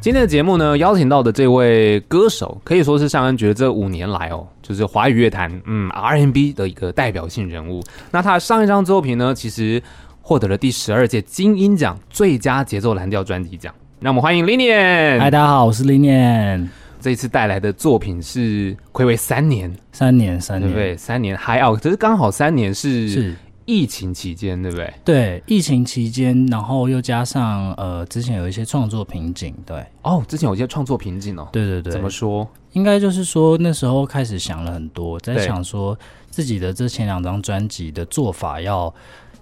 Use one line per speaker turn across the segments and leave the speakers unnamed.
今天的节目呢，邀请到的这位歌手可以说是尚恩觉得这五年来哦，就是华语乐坛嗯 R&B 的一个代表性人物。那他上一张作品呢，其实获得了第十二届金鹰奖最佳节奏蓝调专辑奖。让我们欢迎 Linian，
嗨，大家好，我是林念，
这一次带来的作品是暌违三年，
三年三
对
年，
不对？三年 High Out，可是刚好三年是
是
疫情期间，对不对？
对，疫情期间，然后又加上呃，之前有一些创作瓶颈，对，
哦，之前有一些创作瓶颈哦，
对对对，
怎么说？
应该就是说那时候开始想了很多，在
对
想说自己的这前两张专辑的做法要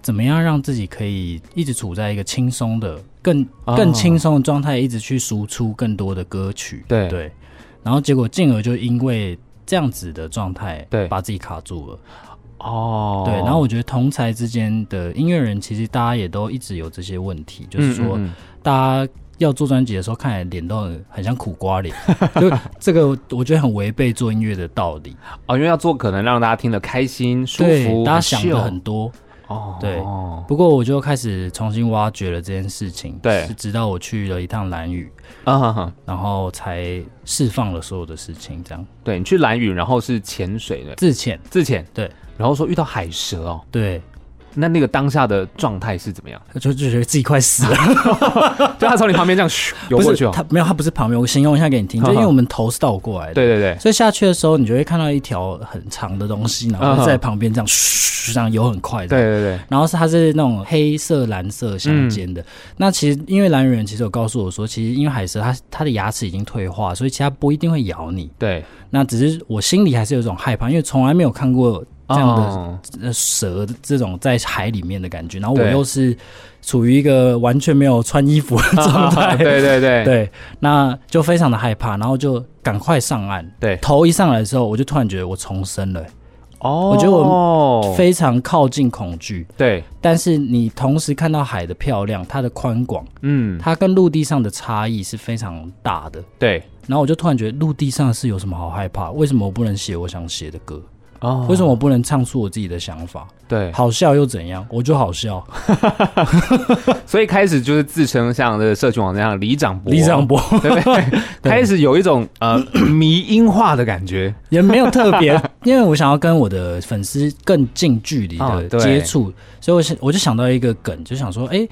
怎么样让自己可以一直处在一个轻松的、更
哦
更轻松的状态，一直去输出更多的歌曲。
对
对，然后结果进而就因为这样子的状态，
对
把自己卡住了。
哦，
对，然后我觉得同才之间的音乐人，其实大家也都一直有这些问题，就是说
嗯嗯嗯
大家要做专辑的时候，看起来脸都很很像苦瓜 脸，就这个我觉得很违背做音乐的道理。
哦，因为要做可能让大家听得开心、舒服，
对，大家想的
秀
很多。
哦，
对
哦
不过我就开始重新挖掘了这件事情，
对
是直到我去了一趟蓝屿，
啊哈哈，
然后才释放了所有的事情，这样
对你去蓝屿，然后是潜水的
自潜。
自潜，
对
然后说遇到海蛇哦，
对，
那那个当下的状态是怎么样？
就就觉得自己快死了，
就他从你旁边这样咻游
不
过
是
去哦，
他没有，他不是旁边，我形容一下给你听， 就因为我们头是倒过来的，
对对对，
所以下去的时候，你就会看到一条很长的东西，然
嗯
后
哼
在旁边这样嘘，这样游很快
对嗯
的。
对对，
然后是它是那种黑色蓝色相间的。那其实因为蓝人其实有告诉我说，其实因为海蛇它它的牙齿已经退化，所以其实它不一定会咬你。
对，
那只是我心里还是有一种害怕，因为从来没有看过这样的
哦
呃蛇这种在海里面的感觉。然后我
对
又是处于一个完全没有穿衣服的状 态，
对对对
对，那就非常的害怕，然后就赶快上岸。
对，
头一上来的时候，我就突然觉得我重生了、
哦，
我觉得
我
非常靠近恐惧。
对，
但是你同时看到海的漂亮，它的宽广，
嗯，
它跟陆地上的差异是非常大的。
对，
然后我就突然觉得陆地上是有什么好害怕？为什么我不能写我想写的歌？
哦
为什么我不能唱出我自己的想法？
对，
好笑又怎样？我就好笑。
所以开始就是自称像这个社群网站上的李长博，
李长博
对不 对？ 开始有一种呃 迷音化的感觉，
也没有特 别，因为我想要跟我的粉丝更近距离
哦
的
对
接触，所以我想我就想到一个梗，就想说，哎、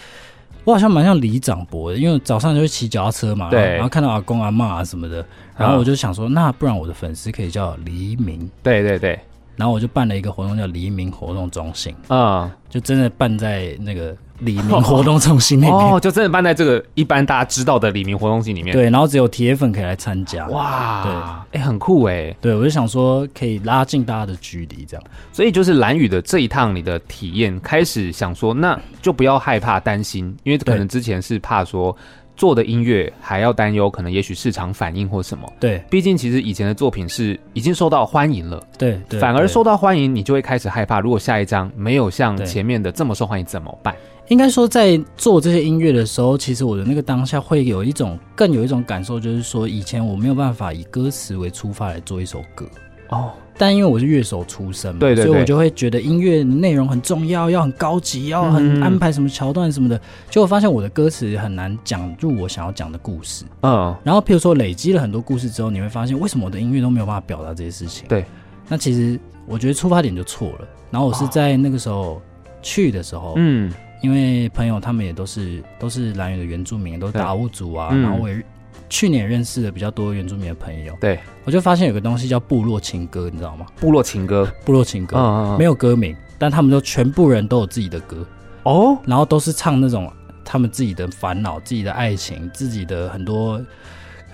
我好像蛮像李长博的，因为早上就会骑脚踏车嘛，
对
然后然后看到阿公阿嬷啊什么的，然后我就想说，那不然我的粉丝可以叫黎明，
对对对，
然后我就办了一个活动叫黎明活动中心，
嗯，
就真的办在那个黎明活动中心那边，
哦，就真的办在这个一般大家知道的李明活动性里面，，
对，然后只有铁粉可以来参加，
哇，哎，很酷哎，
对我就想说可以拉近大家的距离，这样。
所以就是蓝宇的这一趟你的体验，开始想说，那就不要害怕担心，因为可能之前是怕说。做的音乐还要担忧，可能也许市场反应或什么。
对
毕竟，其实以前的作品是已经受到欢迎了，
对对，
反而
对
受到欢迎，你就会开始害怕。如果下一张没有像
对
前面的这么受欢迎，怎么办？
应该说，在做这些音乐的时候，其实我的那个当下会有一种更有一种感受，就是说，以前我没有办法以歌词为出发来做一首歌，
哦，
但因为我是乐手出身嘛，
对对对
所以我就会觉得音乐内容很重要，要很高级，要
嗯
很安排什么桥段什么的。结果发现我的歌词很难讲入我想要讲的故事。
嗯，
然后，譬如说累积了很多故事之后，你会发现为什么我的音乐都没有办法表达这些事情。
对，
那其实我觉得出发点就错了。然后我
啊
是在那个时候去的时候，
嗯，
因为朋友他们也都是都是兰屿的原住民，都是
对
达悟族啊，
嗯
然后我也去年认识了比较多原住民的朋友，
对，
我就发现有个东西叫部落情歌，你知道吗？
部落情歌，
部落情歌、
嗯
没
有
有歌名，但他们都全部人都有自己的歌，
哦，
然后都是唱那种他们自己的烦恼、自己的爱情、自己的很多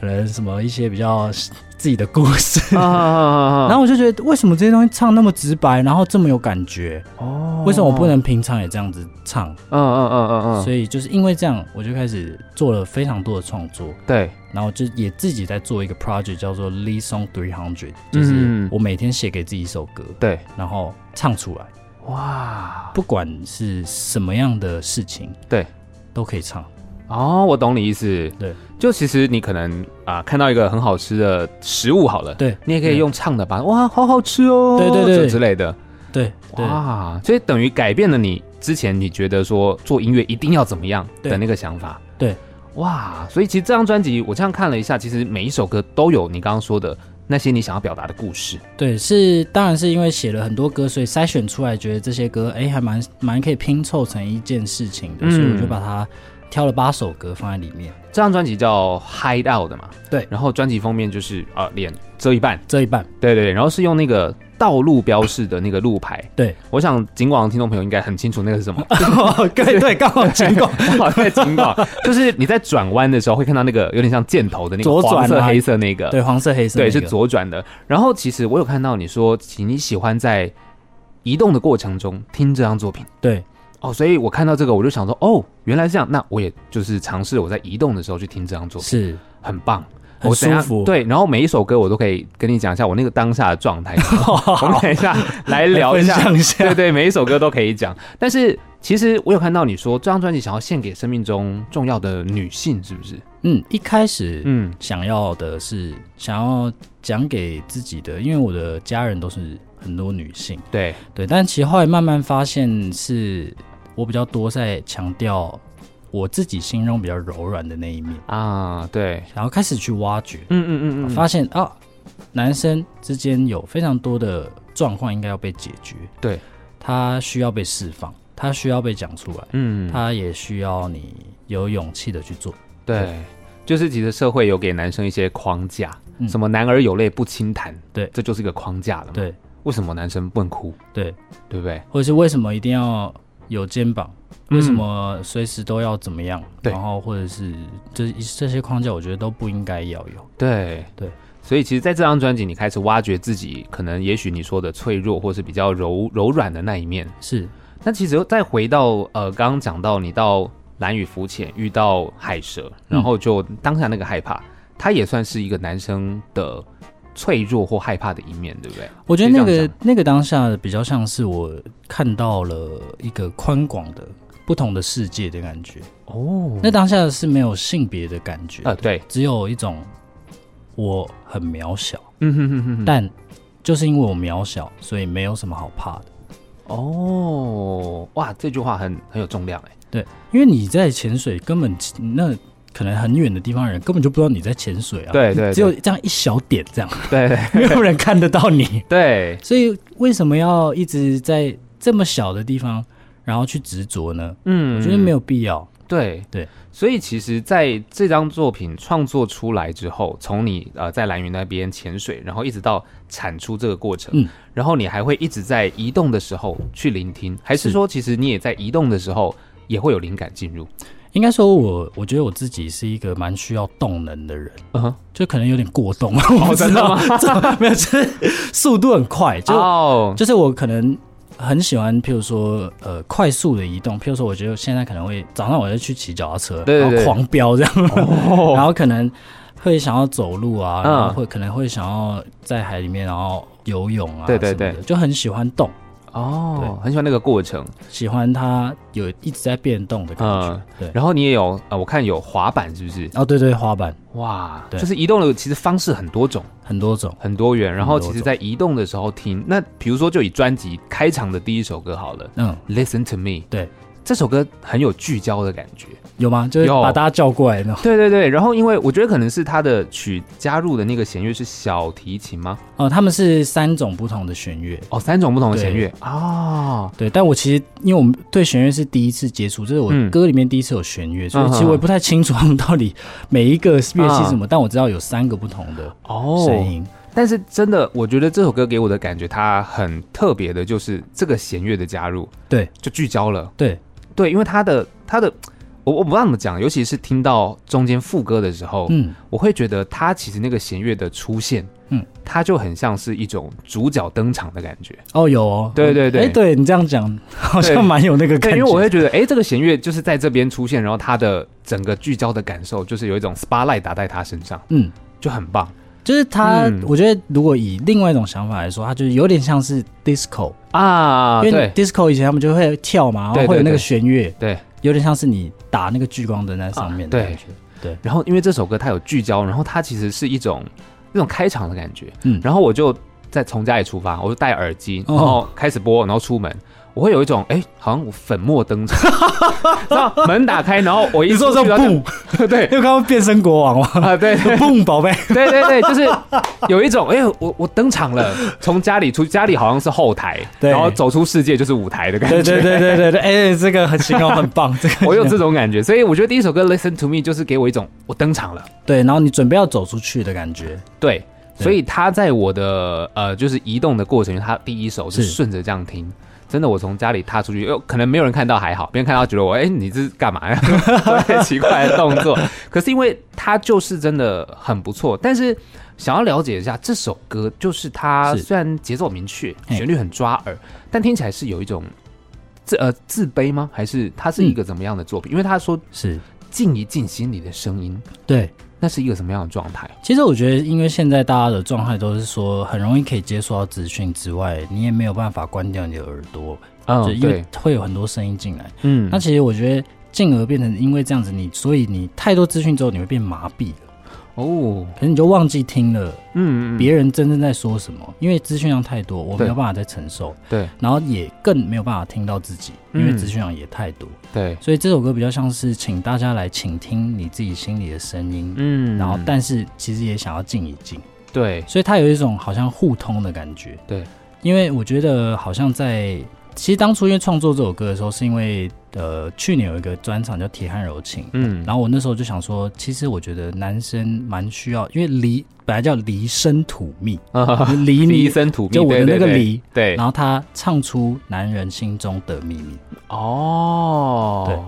可能什么一些比较自己的故事。
啊啊啊啊啊
然后我就觉得，为什么这些东西唱那么直白，然后这么有感觉？
哦
为什么我不？能平常也这样子唱？
嗯嗯嗯嗯嗯，
所以就是因为这样，我就开始做了非常多的创作，
对，
然后就也自己在做一个 project 叫做 Lee Song Three Hundred，
嗯
就是我每天写给自己一首歌，
对，
然后唱出来，
哇，
不管是什么样的事情，
对，
都可以唱。
哦，我懂你意思。
对，
就其实你可能啊看到一个很好吃的食物好了，
对
你也可以
对
用唱的吧，哇，好好吃哦，
对对对
这之类的，
对对
哇，所以等于改变了你之前你觉得说做音乐一定要怎么样
对
的那个想法，
对，
哇，所以其实这张专辑我这样看了一下，其实每一首歌都有你刚刚说的那些你想要表达的故事。
对，是当然是因为写了很多歌，所以筛选出来，觉得这些歌哎还蛮蛮可以拼凑成一件事情的，所以我就
嗯
把它挑了八首歌放在里面。
这张专辑叫《Hide Out》的嘛，
对
然后专辑封面就是啊、呃脸遮一半，
这一半
对对对，然后是用那个道路标示的那个路牌。
对，
我想警广的听众朋友应该很清楚那个是什 么，
哦 对对，刚好经过
好在警广，就是你在转弯的时候会看到那个有点像箭头的那个
左转
黄色
啊
黑色那个，
对黄色黑色、那
对，
个，
是左转的。然后其实我有看到你说，其你喜欢在移动的过程中听这张作品
对
哦，所以我看到这个我就想说，哦，原来是这样，那我也就是尝试我在移动的时候去听这张作品，
是
很棒。
很
我等一下
舒服
对，然后每一首歌我都可以跟你讲一下我那个当下的状 态。我们等一下来 聊一下
分，享一下
对对，每一首歌都可以讲。但是其实我有看到你说这张专辑想要献给生命中重要的女性，是不是？
嗯，一开始
嗯，
想要的是想要讲给自己的，因为我的家人都是很多女性，
对，
对，但其实后来慢慢发现是我比较多在强调我自己心中比较柔软的那一面，
啊，对，
然后开始去挖掘，
嗯嗯嗯嗯，
发现啊，男生之间有非常多的状况应该要被解决，
对，
他需要被释放，他需要被讲出来，
嗯，
他也需要你有勇气的去做，
对，就是其实社会有给男生一些框架，
嗯
什么男儿有泪不轻弹，
对
这就是一个框架了嘛。，
对
为什么男生不能哭，
对，
对不对？
或者是为什么一定要有肩膀？为什
嗯
么随时都要怎么样？
对
然后或者是这这些框架，我觉得都不应该要有。
对
对。
所以其实，在这张专辑，你开始挖掘自己，可能也许你说的脆弱，或是比较柔柔软的那一面。
是
那其实再回到呃，刚刚讲到你到蓝屿浮潜遇到海蛇，然后就当下那个害怕，它也算是一个男生的脆弱或害怕的一面，对不对？
我觉得那
可以这样
个那个当下比较像是我看到了一个宽广的不同的世界的感觉。
哦，
那当下是没有性别的感觉，
呃，对，
只有一种我很渺小，
嗯哼哼哼哼，
但就是因为我渺小，所以没有什么好怕的。
哦，哇，这句话很很有重量哎。
对，因为你在潜水，根本那可能很远的地方的人根本就不知道你在潜水啊。
对对
只有这样一小点，这样
对对
没有人看得到你。
对，
所以为什么要一直在这么小的地方，然后去执着呢？
嗯
我觉得没有必要。
对
对，
所以其实在这张作品创作出来之后，从你呃在蓝云那边潜水，然后一直到产出这个过程，
嗯
然后你还会一直在移动的时候去聆听，还是
是
说其实你也在移动的时候也会有灵感进入？
应该说我，我觉得我自己是一个蛮需要动能的人，
嗯哼，
就可能有点过动，我不知道， 这没有，就是速度很快，就、
哦，
就是我可能很喜欢，譬如说呃快速的移动，譬如说，我觉得现在可能会早上我就去骑脚踏车，
对对对
然后狂飙这样， 然
哦，
后可能会想要走路啊，
嗯
然后会可能会想要在海里面然后游泳啊，
对对
什么的
对
就很喜欢动，
哦，很喜欢那个过程。
喜欢它有一直在变动的感觉，
嗯
对。
然后你也有呃，我看有滑板是不是？
哦，对对，滑板
哇，
对
就是移动的其实方式很多种。
很多种，
很多元，然后其实，
很多种
在移动的时候听，那比如说就以专辑开场的第一首歌好了
嗯，
，Listen to Me，
对，
这首歌很有聚焦的感觉，
有吗？就是
有
把大家叫过来那种。
对对对，然后因为我觉得可能是它的曲加入的那个弦乐是小提琴吗？
哦，他们是三种不同的弦乐，
哦，三种不同的弦乐哦，
对。但我其实因为我们对弦乐是第一次接触，这是我
嗯
歌里面第一次有弦乐，所
嗯
以
嗯
其实我也不太清楚他们到底每一个乐器
啊
是什么，但我知道有三个不同的
哦，
声音。
但是真的，我觉得这首歌给我的感觉，它很特别的，就是这个弦乐的加入，
对，
就聚焦了。
对
对，因为它的它的，我我不知道怎么讲，尤其是听到中间副歌的时候，
嗯，
我会觉得它其实那个弦乐的出现，嗯
嗯，
它就很像是一种主角登场的感觉。
哦，有哦，
对对对
哎，对你这样讲好像蛮有那个
对，
感觉，
因为我会觉得，哎，这个弦乐就是在这边出现，然后它的整个聚焦的感受，就是有一种 spotlight 打在他身上，
嗯。
就很棒
就是它，
嗯
我觉得如果以另外一种想法来说，它就是有点像是 disco，、
啊
因为
对
disco 以前他们就会跳嘛，然
对对
后会有那
对
个弦乐，
对，
有点像是你打那个聚光灯在上面的
啊对
感觉。
然后因为这首歌它有聚焦，然后它其实是一种那种开场的感觉，嗯
嗯，
然后我就再从家里出发，我就戴耳机，
哦
然后开始播，然后出门，我会有一种哎、好像我粉墨登 场，然后门打开，然后我一
你说
出
这
去，然后就
种
对
又刚刚变身国 王 吗？
啊，对对
蹦宝贝，
对对对，就是有一种哎、我我登场了，从家里出，家里好像是后台，
对
然后走出世界就是舞台的感觉，
对对对对对对，哎，这个很形容很 棒，这个
我有这种感觉，所以我觉得第一首歌《Listen to Me》就是给我一种我登场了，
对，然后你准备要走出去的感觉，
对，
对
所以它在我的呃就是移动的过程，它第一首是
是
顺着这样听。真的，我从家里踏出去，呃可能没有人看到还好，别人看到觉得我，哎、你这是干嘛 呀？对奇怪的动 作。可是因为它就是真的很不错，但是想要了解一下这首歌，就是它
是
虽然节奏明确，
嘿
旋律很抓耳，但听起来是有一种自呃自卑吗？还是它是一
嗯
个怎么样的作品？因为他说
是
静一静心里的声音，
对。
那是一个什么样的状态？
其实我觉得，因为现在大家的状态都是说，很容易可以接触到资讯之外，你也没有办法关掉你的耳朵，哦就
嗯，
因为
对，
会有很多声音进来。
嗯
那其实我觉得，进而变成因为这样子你，所以你太多资讯之后，你会变麻痹了，
哦，
可是你就忘记听了
嗯，嗯
别人真正在说什么，因为资讯量太多，我没
对
有办法再承受，
对
然后也更没有办法听到自己，因为
嗯
资讯量也太多。
对，
所以这首歌比较像是请大家来倾听你自己心里的声音，
嗯
然后但是其实也想要静一静。
对
所以它有一种好像互通的感觉。
对，
因为我觉得好像在其实当初因为创作这首歌的时候，是因为呃去年有一个专场叫《铁汉柔情》，
嗯，
然后我那时候就想说，其实我觉得男生蛮需要，因为离本来叫离生土 蜜，
后
离
离
你，
生土密，
就我的
嗯对
那个，啊
对
离。
对对
然后他唱出男人心中的秘密，
哦，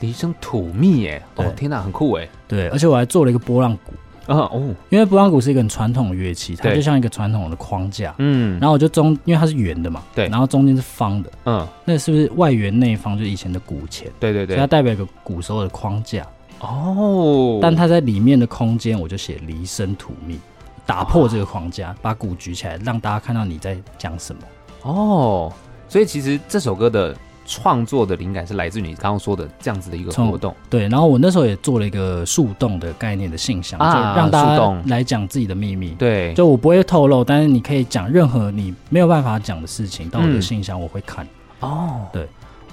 离生土密耶，哦
对
天哪，很酷哎，
对，而且我还做了一个波浪鼓，
啊哦，
因为波浪鼓是一个很传统的乐器，它
对
就像一个传统的框架，
嗯
然后我就中，因为它是圆的嘛，
对
然后中间是方的，
嗯，
那是不是外圆内方就是以前的古钱？
对对
所以它
对，
代表一个古时候的框架，
哦，
但它在里面的空间，我就写离生土密，打破这个框
啊
架，把鼓举起来，让大家看到你在讲什么。
哦，所以其实这首歌的创作的灵感是来自于你刚刚说的这样子的一个
从
活动，
对，然后我那时候也做了一个树洞的概念的信箱，
啊
就让大
树
家
洞
来讲自己的秘密。
对，
就我不会透露，但是你可以讲任何你没有办法讲的事情到我的
嗯
信箱，我会看。
哦，
对，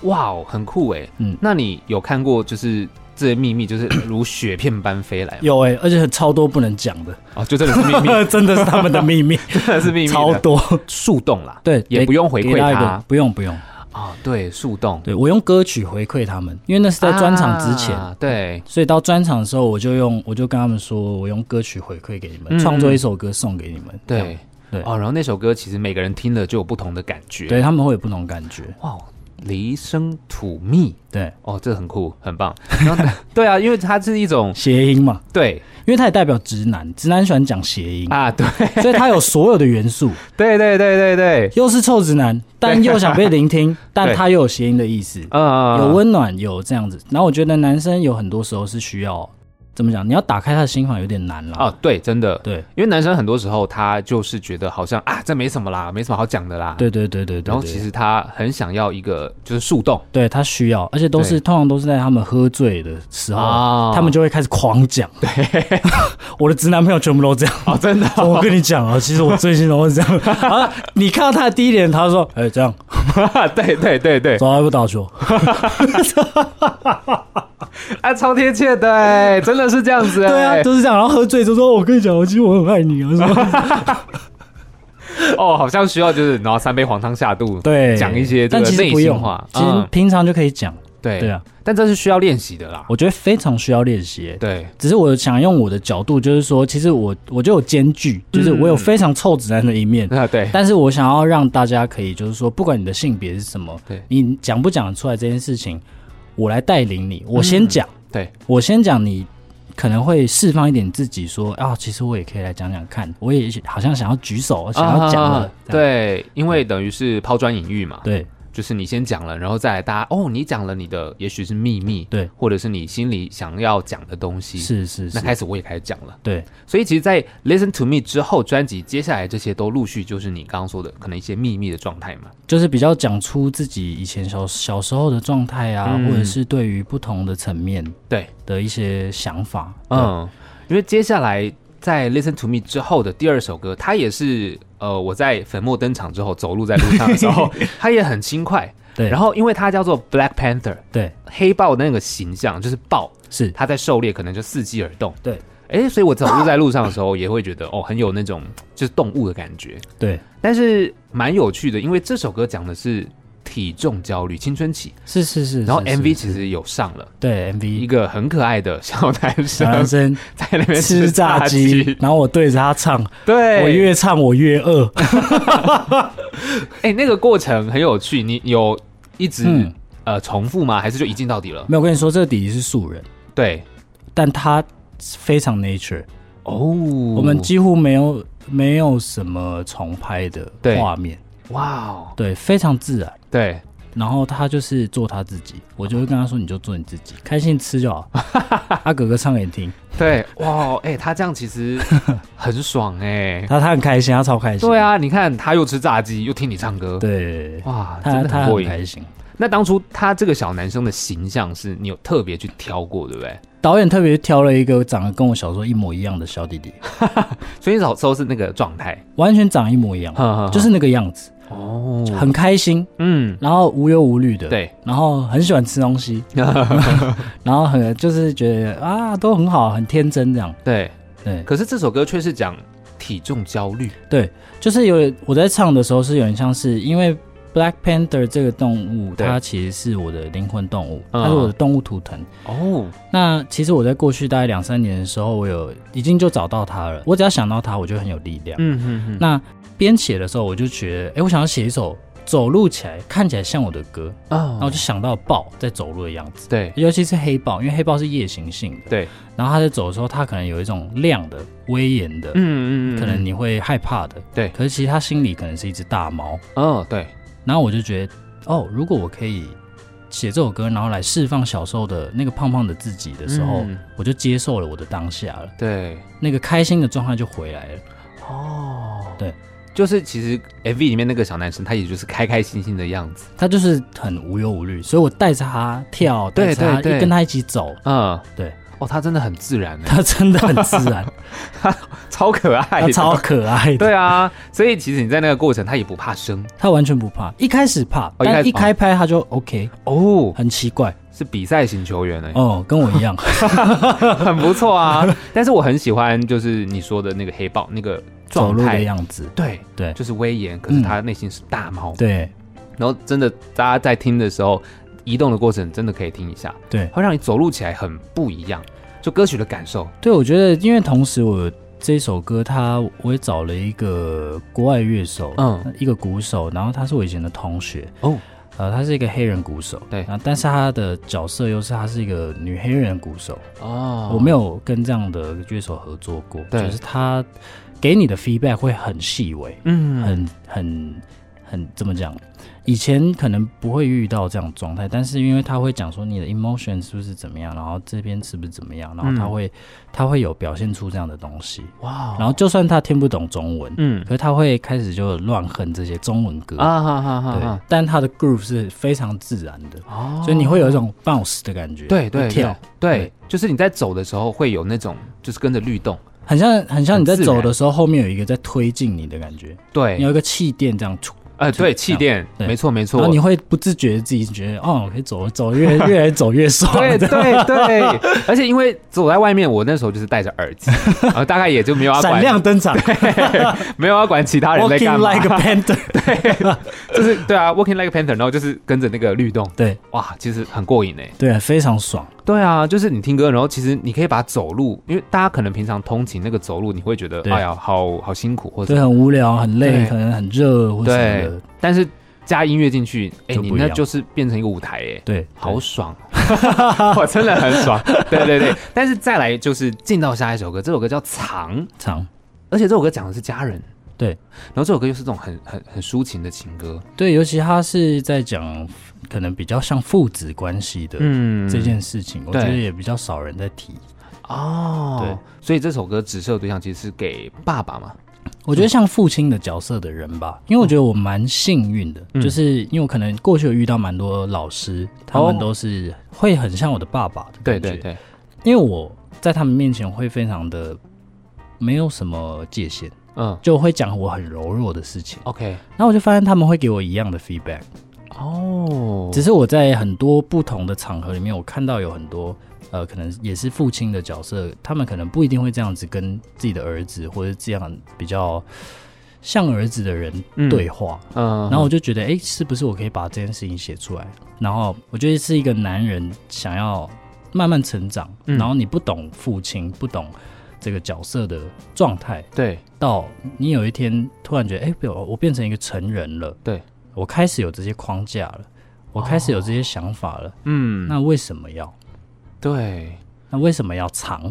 哇哦，很酷哎。
嗯
那你有看过就是这些秘密，就是如雪片般飞来吗？
有哎、而且超多不能讲的，
哦，就真的是秘密，
真的是他们的秘密，
真的 是秘密的，
超多。
树洞啦，
对，
也不用回
给
馈
大家一个
他
不用不用。
哦，对，树洞
对我用歌曲回馈他们，因为那是在专场之前，
啊对，
所以到专场的时候，我就用我就跟他们说，我用歌曲回馈给你
嗯
们，创、作一首歌送给你们。这样
对，
对
哦，然后那首歌其实每个人听了就有不同的感觉，，
对，他们会有不同感觉。
哇哦，离生土密，
对，
哦，这很酷，很 棒。然后对啊，因为它是一种
谐音嘛，
对
因为它也代表直男，直男喜欢讲谐 音，
啊，对，
所以它有所有的元素，
对对对对对，
又是臭直男，但又想被 聆听，但它又有谐音的意思，
嗯，
有温暖，有这样子。然后我觉得男生有很多时候是需要怎么讲，你要打开他的心房有点难了。
哦，对，真的，
对，
因为男生很多时候他就是觉得好像啊，这没什么啦，没什么好讲的啦。。
对对对对对对。
然后其实他很想要一个就是树洞
对他需要，而且都
对
是通常都是在他们喝醉的时候，
啊
他们就会开始狂讲。对， 我的直男朋友全部都这样。
哦，真的
我跟你讲啊，其实我最近都是 这样。啊，你看到他的第一点，他说：“哎、这样，
对对对对，
早上不打球。
啊，超贴切的欸，真的是这样”子欸。
对啊，都是这样。然后喝醉就说：“我跟你讲，我其实我很爱你啊。”什么？
哦，好像需要就是然后三杯黄汤下肚，
对，
讲一些这
但
个
其实
内
不
心
用
话，
其实
嗯
平常就可以讲。
对
对啊，
但这是需要练习的啦。
我觉得非常需要练习。
对，
只是我想用我的角度，就是说，其实我我就有兼具，就是我有非常臭直男的一面，
啊嗯对，
但是我想要让大家可以，就是说，不管你的性别是什么，
对
你讲不讲得出来这件事情，我来带领
嗯
你。我先讲，
对，
我先讲，你可能会释放一点自己说，啊，其实我也可以来讲讲看，我也好像想要举手，想要讲了
啊。对，因为等于是抛砖引玉嘛。
对
就是你先讲了，然后再来大家哦，你讲了你的也许是秘密，
对，
或者是你心里想要讲的东西，
对，是是
嗯那
是，
开始我也开始讲了。
对
所以其实，在 Listen to Me 之后，专辑接下来这些都陆续就是你刚刚说的可能一些秘密的状态嘛。
就是比较讲出自己以前小小时候的状态啊，
嗯
或者是对于不同的层面
对，
的一些想法。嗯，
嗯，因为接下来在 Listen to Me 之后的第二首歌，它也是呃，我在粉墨登场之后走路在路上的时 候，他也很轻快。
对，
然
后
后，因为他叫做 Black Panther，
对
黑豹那个形象就是豹，
是
他在狩猎可能就伺机而动。
对，
哎，所以我走路在路上的时候也会觉得哦，很有那种就是动物的感觉。
对
但是蛮有趣的，因为这首歌讲的是体重焦虑、青春期，
是是是，
然后
是是
MV 其实有上了。
对
一
MV
个很可爱的小男
小男
生
生
在那边
吃炸鸡，，然后我对着他唱，
对，
我越唱我越饿，
哎、那个过程很有趣，你有一直、
嗯
呃重复吗？还是就一镜到底了？
没有我跟你说，这个弟弟是素人，
对，
但他非常 nature，
哦，
我
我
们几乎没有没有什么重拍的
对
画面，
哇哦，
对，非常自然。
对，
然后他就是做他自己，我就会跟他说：“你就做你自己，开心吃就 好。”啊，哥哥唱给你听，
对，哇，哎、他这样其 实很爽哎、
他他很开心，他超开心。
对，啊，你看他又吃炸鸡，又听你唱歌，，
对，
哇，
他
真的
他
很过
很
瘾。
开心。
那当初他这个小男生的形象是你有特别去挑过，对不对？
导演特别挑了一个长得跟我小时候一模一样的小弟弟，
所以你小时候是那个状态，
完全长一模一样，就
就是
那个样子，
哦，
很开心，
嗯，
然后无忧无虑的，，
对，
然后很喜欢吃 东西，然后很就是觉得啊都很好，很天真这样。
对。
对，
可是这首歌却是讲体重焦虑，
就是有点我在唱的时候是有点像是因为 Black Panther 这个动物，
对
它其实是我的灵魂动物，
嗯
它是我的动物图腾。
哦，
那其实我在过去大概两三年的时候，我有已经就找到它了。我只要想到它，我就很有力量。
嗯嗯嗯，
那编写的时候，我就觉得，哎、我想要写一首走路起来看起来像我的歌，
哦
然后我就想到豹在走路的样子，
对
尤其是黑豹，因为黑豹是夜行性的，
对，
然后它在走的时候，它可能有一种亮的、威严的，
嗯
可能你会害怕的，
对
可是其实它心里可能是一只大猫，
哦对，
然后我就觉得，哦，如果我可以写这首歌，然后来释放小时候的那个胖胖的自己的时候，
嗯
我就接受了我的当下了，
对
那个开心的状态就回来了。
哦
对，
就是其实 MV 里面那个小男生，他也就是开开心心的样子，
他就是很无忧无虑，所以我带着他跳，
对
带着他
对对
一跟他一起走，
嗯，
对，
哦，他真的很自然哎，
他真的很自 然，
超可爱
他
的，
超可爱的，
哎对啊，所以其实你在那个过程，他也不怕生
他完全不怕。一开始怕，
哦一开
但
始
一开拍他就 OK，
哦，
很奇怪
是比赛型球员哎，
哦，跟我一样，
很不错啊。但是我很喜欢就是你说的那个黑豹那个 状
走路的
态，
样子，
对
对
就是威严，可是
嗯
他内心是大猫，
对
然后真的，大家在听的时候，移动的过程真的可以听一下，
对
会让你走路起来很不一样，就歌曲的感受。
对，我觉得因为同时我这首歌他我也找了一个国外乐手，
嗯，
一个鼓手，然后他是我以前的同学
哦，
呃，他是一个黑人鼓手，
对
然后但是他的角色又是他是一个女黑人鼓手。
哦
我没有跟这样的乐手合作过，
对
就是他给你的 feedback 会很细微，
嗯，
很很很怎么讲？以前可能不会遇到这样的状态，但是因为他会讲说你的 emotion 是不是怎么样，然后这边是不是怎么样，然后他
嗯
会、他会有表现出这样的东西，
哇
然后就算他听不懂中文，
哦嗯
可是他会开始就乱哼这些中文歌，
啊哈哈
对，
哈哈，
但他的 groove 是非常自然的，
哦
所以你会有一种 bounce 的感觉，
对对
会跳
对。对
对，
就是你在走的时候会有那种就是跟着律动，
很像很像你在
很自然
走的时候，后面有一个在推进你的感觉，
对
你，有一个气垫这样出，
呃，对，气垫，
对
没错没
然后
错
你。会不自觉地自己觉得，哦，我可以走走越 越来走越爽。
对
这
对
样
对， 而且因为走在外面，我那时候就是戴着耳 机，然后大概也就没有要
闪
管，
亮登场
没有要管其他人在
，Walking
干嘛，
like a panther。
就是对啊，walking like a panther，然后就是跟着那个律动，
对
哇，其实很过瘾哎。
对，非常爽。
对啊，就是你听歌，然后其实你可以把走路，因为大家可能平常通勤那个走路，你会觉得
对
哎呀，好好辛苦，或
对，啊
者
很无聊，很累，
对
可能很热或什么
对
的。，
但是加音乐进去，哎，
就
你
不一
那
样
就是变成一个舞台哎，
对，
好爽， 我真的很爽。对对对，但是再来就是进到下一首歌，这首歌叫《藏》，
长。
而且这首歌讲的是家人。
对
然后这首歌又是这种很很很抒情的情歌，
对，尤其他是在讲可能比较像父子关系的
嗯
这件事情，我
对
觉得也比较少人在提。
哦，对，所以这首歌指涉的对象其实是给爸爸嘛，
我觉得像父亲的角色的人吧，因为我觉得我蛮幸运的，
嗯
就是因为我可能过去有遇到蛮多老师，他们
哦
都是会很像我的爸爸的
对
感觉，
对对，
因为我在他们面前会非常的没有什么界限，
嗯
就会讲我很柔弱的事情。
，OK，
然后我就发现他们会给我一样的 feedback，
哦，
只是我在很多不同的场合里面，我看到有很多呃，可能也是父亲的角色，他们可能不一定会这样子跟自己的儿子或者这样比较像儿子的人
嗯
对，话。
嗯，
然后我就觉得，哎、是不是我可以把这件事情写出来？然后我觉得是一个男人想要慢慢成长，
嗯
然后你不懂父亲，不懂这个角色的状态，
对，
到你有一天突然觉得，哎、不我变成一个成人了，
对哦
我开始有这些框架了，我开始有这些想法了，
嗯，
那为什么要？
对，
那为什么要藏？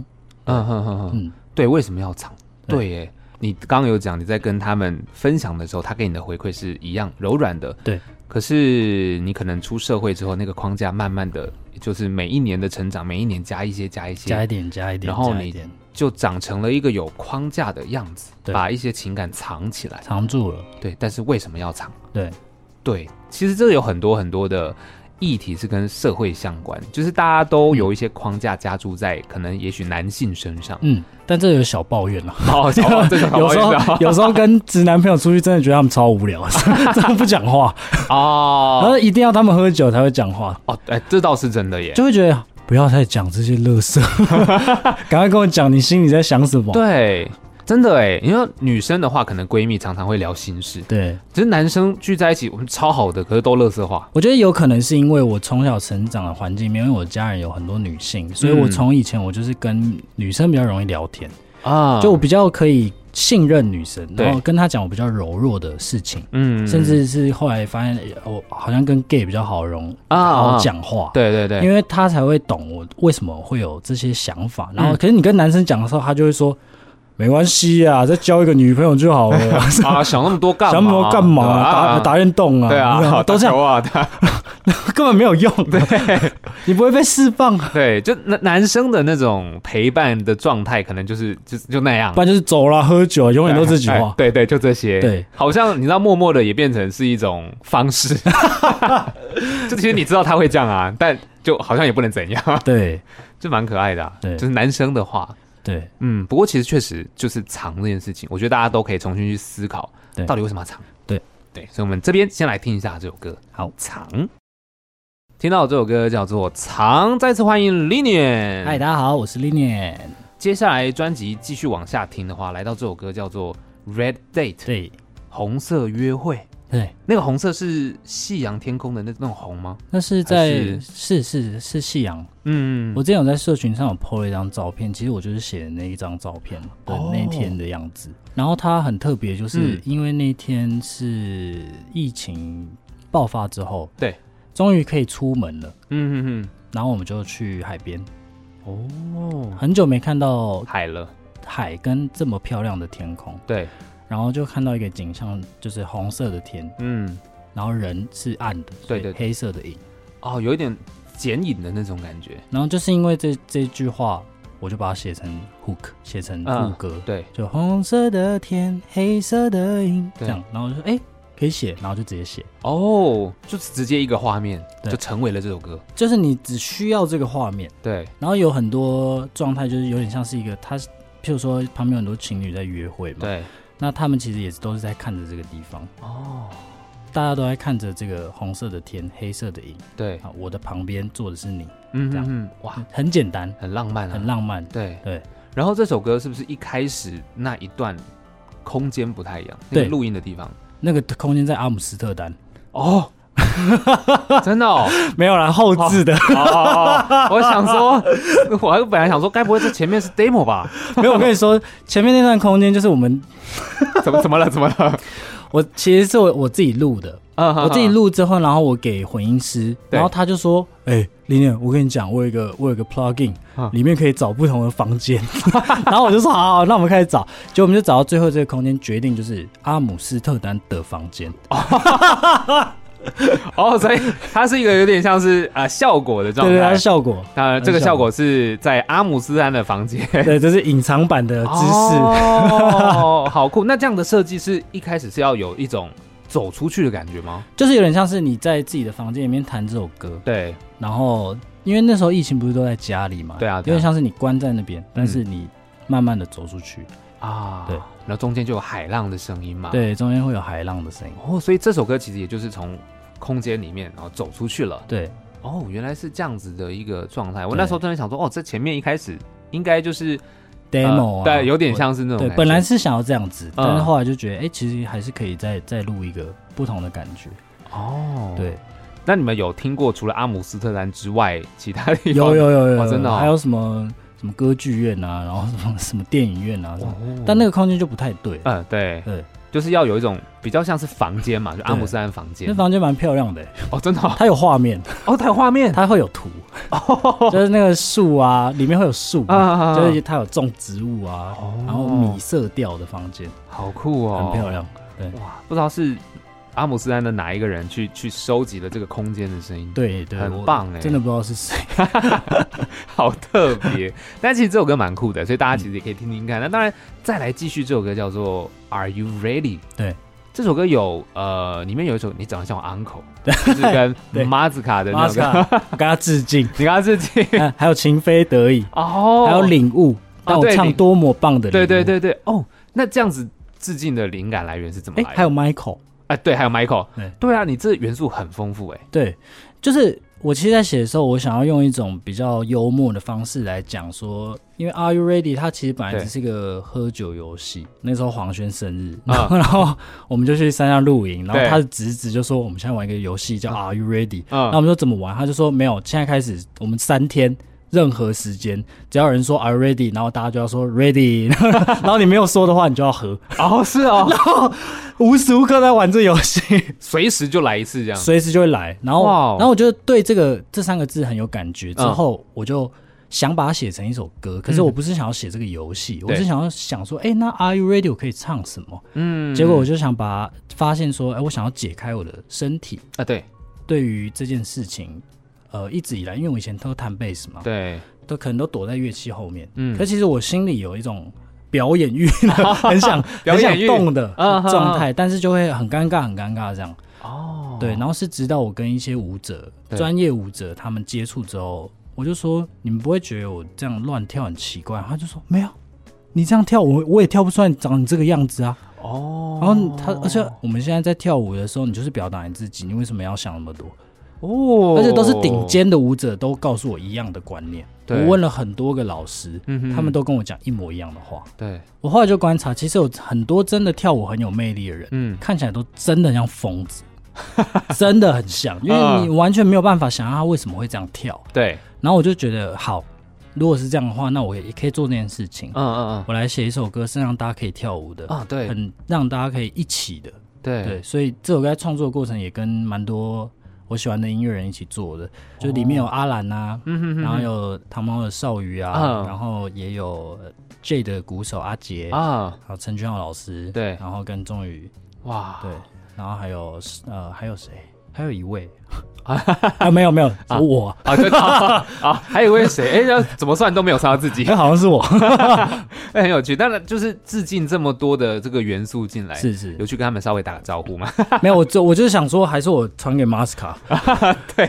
嗯哼哼哼，
嗯，
对，为什么要藏？
对
对耶，你刚刚有讲你在跟他们分享的时候，他给你的回馈是一样柔软的，
对。
可是你可能出社会之后，那个框架慢慢的就是每一年的成长，每一年加一些加一些，
加一点，加一点，
然后
加
你
一点，
就长成了一个有框架的样子，
对
把一些情感藏起来。
藏住了，
对，但是为什么要藏？
对，
对，其实这有很多很多的议题是跟社会相关，就是大家都有一些框架加注在可能也许男性身上。
嗯，但这有小抱怨了。啊
好，小宝这个好
有时候
意思啊
有时候跟直男朋友出去，真的觉得他们超无 聊，真的不讲话，然
哦
后一定要他们喝酒才会讲话，
哦，哎，这倒是真的耶。
就会觉得不要再讲这些 乐色， 赶快跟我讲你心里在想什么。
对，真的哎，因为女生的话，可能闺蜜常常会聊心事，
对，
只是男生聚在一起，我们超好的，可是都乐色话。
我觉得有可能是因为我从小成长的环境里面，因为我家人有很多女性，所以
嗯
我从以前我就是跟女生比较容易聊天，
啊
就我比较可以信任女生，
对
然后跟她讲我比较柔弱的事情，
嗯
甚至是后来发现呃我好像跟 gay 比较好容好好，讲话。
对对啊对，
因为他才会懂我为什么会有这些想法。然后，
嗯
可是你跟男生讲的时候，他就会说：“没关系啊，再交一个女朋友就 好了，
啊，想那么多干嘛？
想什么干嘛
对
啊？打打电动啊，
对啊，
都这
打
样
球，啊，对啊
根本没有用， 对，你不会被释放，啊
对，就男男生的那种陪伴的状态，可能就是就就那样
不，然就是走了喝酒，永远都这句
哎
话。
对对，就这些，
对，
好像你知道，默默的也变成是一种方 式，就其实你知道他会这样啊，但就好像也不能 怎样，
对
就蛮可爱的、啊，
对
就是男生的话，
对
嗯，不过其实确实就是藏这件事情，我觉得大家都可以重新去思考，
对
到底为什么要藏？
对
对，所以我们这边先来听一下这首歌，
好
藏。听到这首歌叫做《藏》，再次欢迎 Linian。
嗨，大家好，我是 Linian。
接下来专辑继续往下听的话，来到这首歌叫做《Red Date》
对
红色约会。
对，
那个红色是夕阳天空的那那种红吗？
那是
还
在
啊是
是是是夕阳。
嗯
我之前有在社群上有 po 了一张照片，其实我就是写的那一张照片的
哦
那一天的样子。然后它很特别，就是
嗯
因为那天是疫情爆发之后，
对，
终于可以出门了。
嗯嗯
然后我们就去海边，
嗯，哦，
很久没看到
海了，
海跟这么漂亮的天空，
对，
然后就看到一个景象，就是红色的天，
嗯，
然后人是暗的，所以
对对
黑色的影。
哦，有一点剪影的那种感觉，
然后就是因为这这句话，我就把它写成 hook，写成副
嗯
歌。
对，
就红色的天，黑色的影，这
对
样，然后我就说哎、诶可以写，然后就直接写，
哦，就是直接一个画面
对
就成为了这首歌，
就是你只需要这个画面，
对，
然后有很多状态，就是有点像是一个他，譬如说旁边有很多情侣在约会嘛，，
对，
那他们其实也都是在看着这个地方，
哦，
大家都在看着这个红色的天，黑色的影，
对，
啊，我的旁边坐的是你，
嗯
这样
嗯，嗯哇，
很简单，
很浪漫啊，
很浪漫，
对
对。
然后这首歌是不是一开始那一段空间不太一样？那
对
个录音的地方
那个空间在阿姆斯特丹，
哦， 真的哦。
没有啦，后置的，
哦，我想说，我还本来想说，该不会这前面是 demo 吧？
没有，我跟你说，前面那段空间就是我们，
怎么怎么了？怎么了？
我其实是我我自己录的，
嗯
我自己，录之后，然后我给混音师，
对
然后他就说：“哎、林念，我跟你讲，我有一个我有一个 plugin，、
嗯
里面可以找不同的房间。” 然后我就说：“好好，好那我们开始找。”结果我们就找到最后这个空间，决定就是阿姆斯特丹的房间。
哦，所以它是一个有点像是啊、呃效果的
对
状
对，它
态
的。效果，
那这个效果是在阿姆斯特丹的房间知
对，这是隐藏版的知识。
哦， 好酷！那这样的设计是一开始是要有一种走出去的感觉吗？
就是有点像是你在自己的房间里面弹这首歌，
对，
然后因为那时候疫情不是都在家里嘛，
对啊对啊
有点像是你关在那边，但是你慢慢的走出去。
啊，
对，
然后中间就有海浪的声音嘛。，
对，中间会有海浪的声音。
哦，所以这首歌其实也就是从空间里面然后走出去了。
对，
哦，原来是这样子的一个状态。我
对
那时候真的想说，哦，这前面一开始应该就是呃
demo 啊，
对，有点像是那
我。
种
对，
感
本来
觉嗯
是想要这样子，但是后来就觉得，哎、其实还是可以再再录一个不同的感觉。
哦，。
对，
那你们有听过除了阿姆斯特丹之外其他地方？
有有有有有，
哦真的哦
还有什么什么歌剧院啊，然后什么什么电影院啊什么，
哦
但那个空间就不太对。
嗯，对
对，
就是要有一种比较像是房间嘛，就阿姆斯特丹房
那
间。
房间蛮漂亮的、
哦，真的哦，
它有画面，
哦，它有画 面
它会有 图，
哦
就是那个树啊，里面会有树，
啊，
就是它有种植物啊，
哦
然后米色调的房间
好酷哦，
很漂亮。
哇！不知道是阿姆斯特丹的哪一个人去去收集了这个空间的声音，
对对，
很
我
棒哎
真的不知道是谁。
好特别。但其实这首歌蛮酷的，所以大家其实也可以听听看。那当然，再来继续这首歌叫做《Are You Ready》。
对，
这首歌有呃，里面有一首你长得像我 uncle，就是
对
跟马子卡的那
马
首
斯
歌。
卡，我跟他致敬。
你看自 己
啊还有情非得已，
哦，啊
还有领悟，但我
对
唱
领
多么棒的，
对对，对对哦，那这样子致敬的灵感来源是怎么
哎
来，的？
还有 Michael，
哎，对，还有 Michael，
对
对啊，你这元素很丰富哎，
对，就是我其实，在写的时候，我想要用一种比较幽默的方式来讲说，因为 Are You Ready 它其实本来
对
只是个喝酒游戏。那时候黄轩生日，
啊
然后然后我们就去山上露营，然后
对
他的侄子就说我们现在玩一个游戏叫 Are You Ready，
嗯
那我们说怎么玩？他就说没有，现在开始，我们三天。任何时间，只要有人说 “Are you ready”，然后大家就要说 “ready”，然 后你没有说的话，你就要喝，
哦是 哦，
无时无刻在玩这游戏。
随时就来一次这样，
随时就会来。然后
哇哦嗯
然后我就对这个这三个字很有感觉，之后我就想把它写成一首歌。可是我不是想要写这个游戏，我是想要想说，哎、那 Are You Ready 我可以唱什么？
嗯
结果我就想把发现说，哎、我想要解开我的身体
啊对
对于这件事情。呃，一直以来，因为我以前都弹贝斯嘛，
对，
都可能都躲在乐器后面。
嗯
可其实我心里有一种表演 欲，很想
表
很想
演欲
动的
啊哈
状态，但是就会很尴尬，很尴尬这样。
哦
对，然后是直到我跟一些舞者、
对
专业舞者他们接触之后，我就说你们不会觉得我这样乱跳很奇怪？他就说没有，你这样跳我我也跳不出来长你这个样子啊。
哦
然后他，而且我们现在在跳舞的时候，你就是表达你自己，你为什么要想那么多？
哦
而且都是顶，尖的舞者都告诉我一样的观念。我
对
问了很多个老师，
嗯哼
他们都跟我讲一模一样的话。
对，
我后来就观察，其实有很多真的跳舞很有魅力的人，
嗯
看起来都真的很像 疯子，真的很像，因
啊
为你完全没有办法想象他为什么会这样跳。
对，
然后我就觉得，好，如果是这样的话，那我也可以做这件事情。
嗯嗯
我来写一首歌，是让大家可以跳舞的
嗯，，啊对
很让大家可以一起的。
对
对，所以这首歌在创作的过程也跟蛮多我喜欢的音乐人一起做的，就里面有阿兰啊，
嗯哼哼
然后有糖猫的少鱼啊，
嗯
然后也有呃 J 的鼓手阿杰，然
啊
后陈君浩老师，
对
然后跟钟宇
哇
对，然后还有呃，还有谁？还有一位啊，没有没有，是我，
啊对啊，还以为谁哎，那怎么算都没有算到自己
哎、，好像是我，
哎很有趣。当然就是致敬这么多的这个元素进来，
是是
哎有，去跟他们稍微打个招呼吗？
没有，我就我就是想说，还是我传给马斯卡，
对，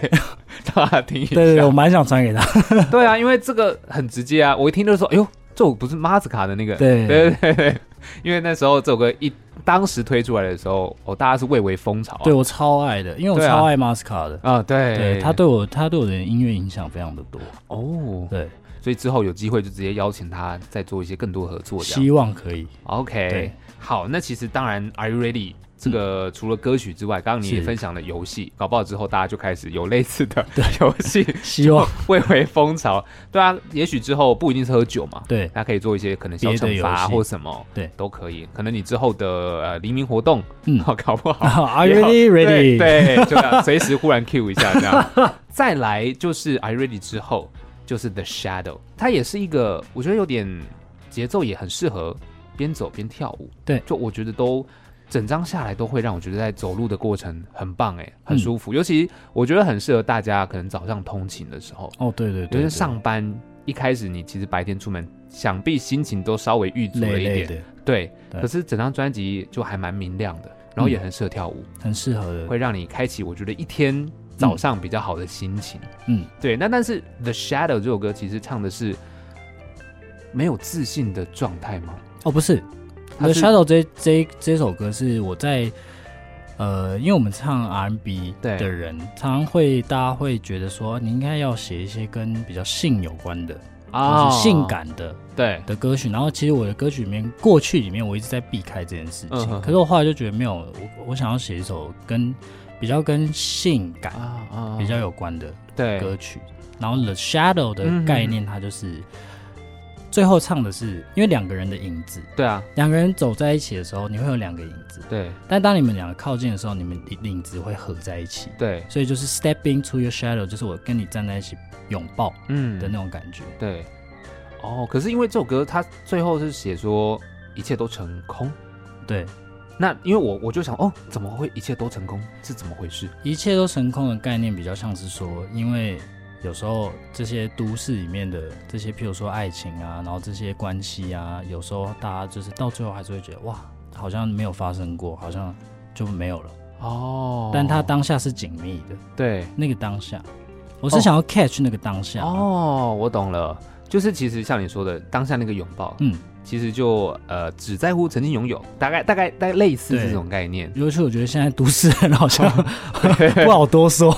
让他听一下。
对对对，我蛮想传给他，
对啊，因为这个很直接啊，我一听就说，哎呦，这我不是马子卡的那个，
对
对对对，因为那时候这首歌一当时推出来的时候，哦，大家是蔚为风潮、啊，
对我超爱的，因为我
对啊
超爱马斯卡的，
啊、对，
对他对我他对我的音乐影响非常的多，
哦，
对，
所以之后有机会就直接邀请他再做一些更多合作，这样
希望可以，
，OK，
对嗯
好，那其实当然，Are you ready？这个除了歌曲之外，刚刚你也
是
分享了游戏，搞不好之后大家就开始有类似 的游戏，
希望
蔚为风潮。对啊，也许之后不一定是喝酒嘛，
对
大家可以做一些可能小
别的
惩
游
罚
戏
或什么，
对
都可以。可能你之后的呃黎明活动，
嗯
搞不好。
，Are you ready
对
ready？
对，就这样，随时忽然 cue 一下这样。 再来就是 I Ready 之后，就是 The Shadow，它也是一个我觉得有点节奏也很适合边走边跳舞。
对
就我觉得都整张下来都会让我觉得在走路的过程很棒哎、
嗯
很舒服。尤其我觉得很适合大家可能早上通勤的时候，
哦，对对
尤
对
其是
对，
上班一开始，你其实白天出门，想必心情都稍微郁卒了
累
一
累
点，
的，
对。
对
可是整张专辑就还蛮明亮的，然后也很适合跳舞，
很适合的，
会让你开启我觉得一天早上比较好的心情。
嗯，
对，那但是《The Shadow》这首歌其实唱的是没有自信的状态吗？
哦，不是，
他
那
是
Shadow 这这这首歌是我在呃，因为我们唱 R&B
对
的人，常常会大家会觉得说，你应该要写一些跟比较性有关的，
啊
就是性，感的
对，
的歌曲。然后其实我的歌曲里面，过去里面我一直在避开这件事
嗯
情，
哼哼
可是我后来就觉得没有，我我想要写一首跟比较跟性感
啊啊
比较有关的
对，
歌曲。然后 The Shadow
嗯
的
哼
概念，它就是最后唱的是因为两个人的影子。
对啊，
两个人走在一起的时候，你会有两个影子，
对
但当你们两个靠近的时候，你们影影子会合在一起，
对，
所以就是 step into your shadow，就是我跟你站在一起拥抱
嗯
的那种感觉。
对，哦，可是因为这首歌它最后是写说一切都成空，
对，
那因为我我就想哦，怎么会一切都成功？是怎么回事？
一切都成空的概念比较像是说，因为有时候这些都市里面的这些，譬如说爱情啊，然后这些关系啊，有时候大家就是到最后还是会觉得哇，好像没有发生过，好像就没有了。
哦
但它当下是紧密的，
对
那个当下，我是想要 catch 那个当下。
哦，我懂了，就是其实像你说的，当下那个拥抱，
嗯，
其实就呃只在乎曾经拥有，大概大概大概类似
对
这种概念。
尤其我觉得现在都市人好 像不好多说，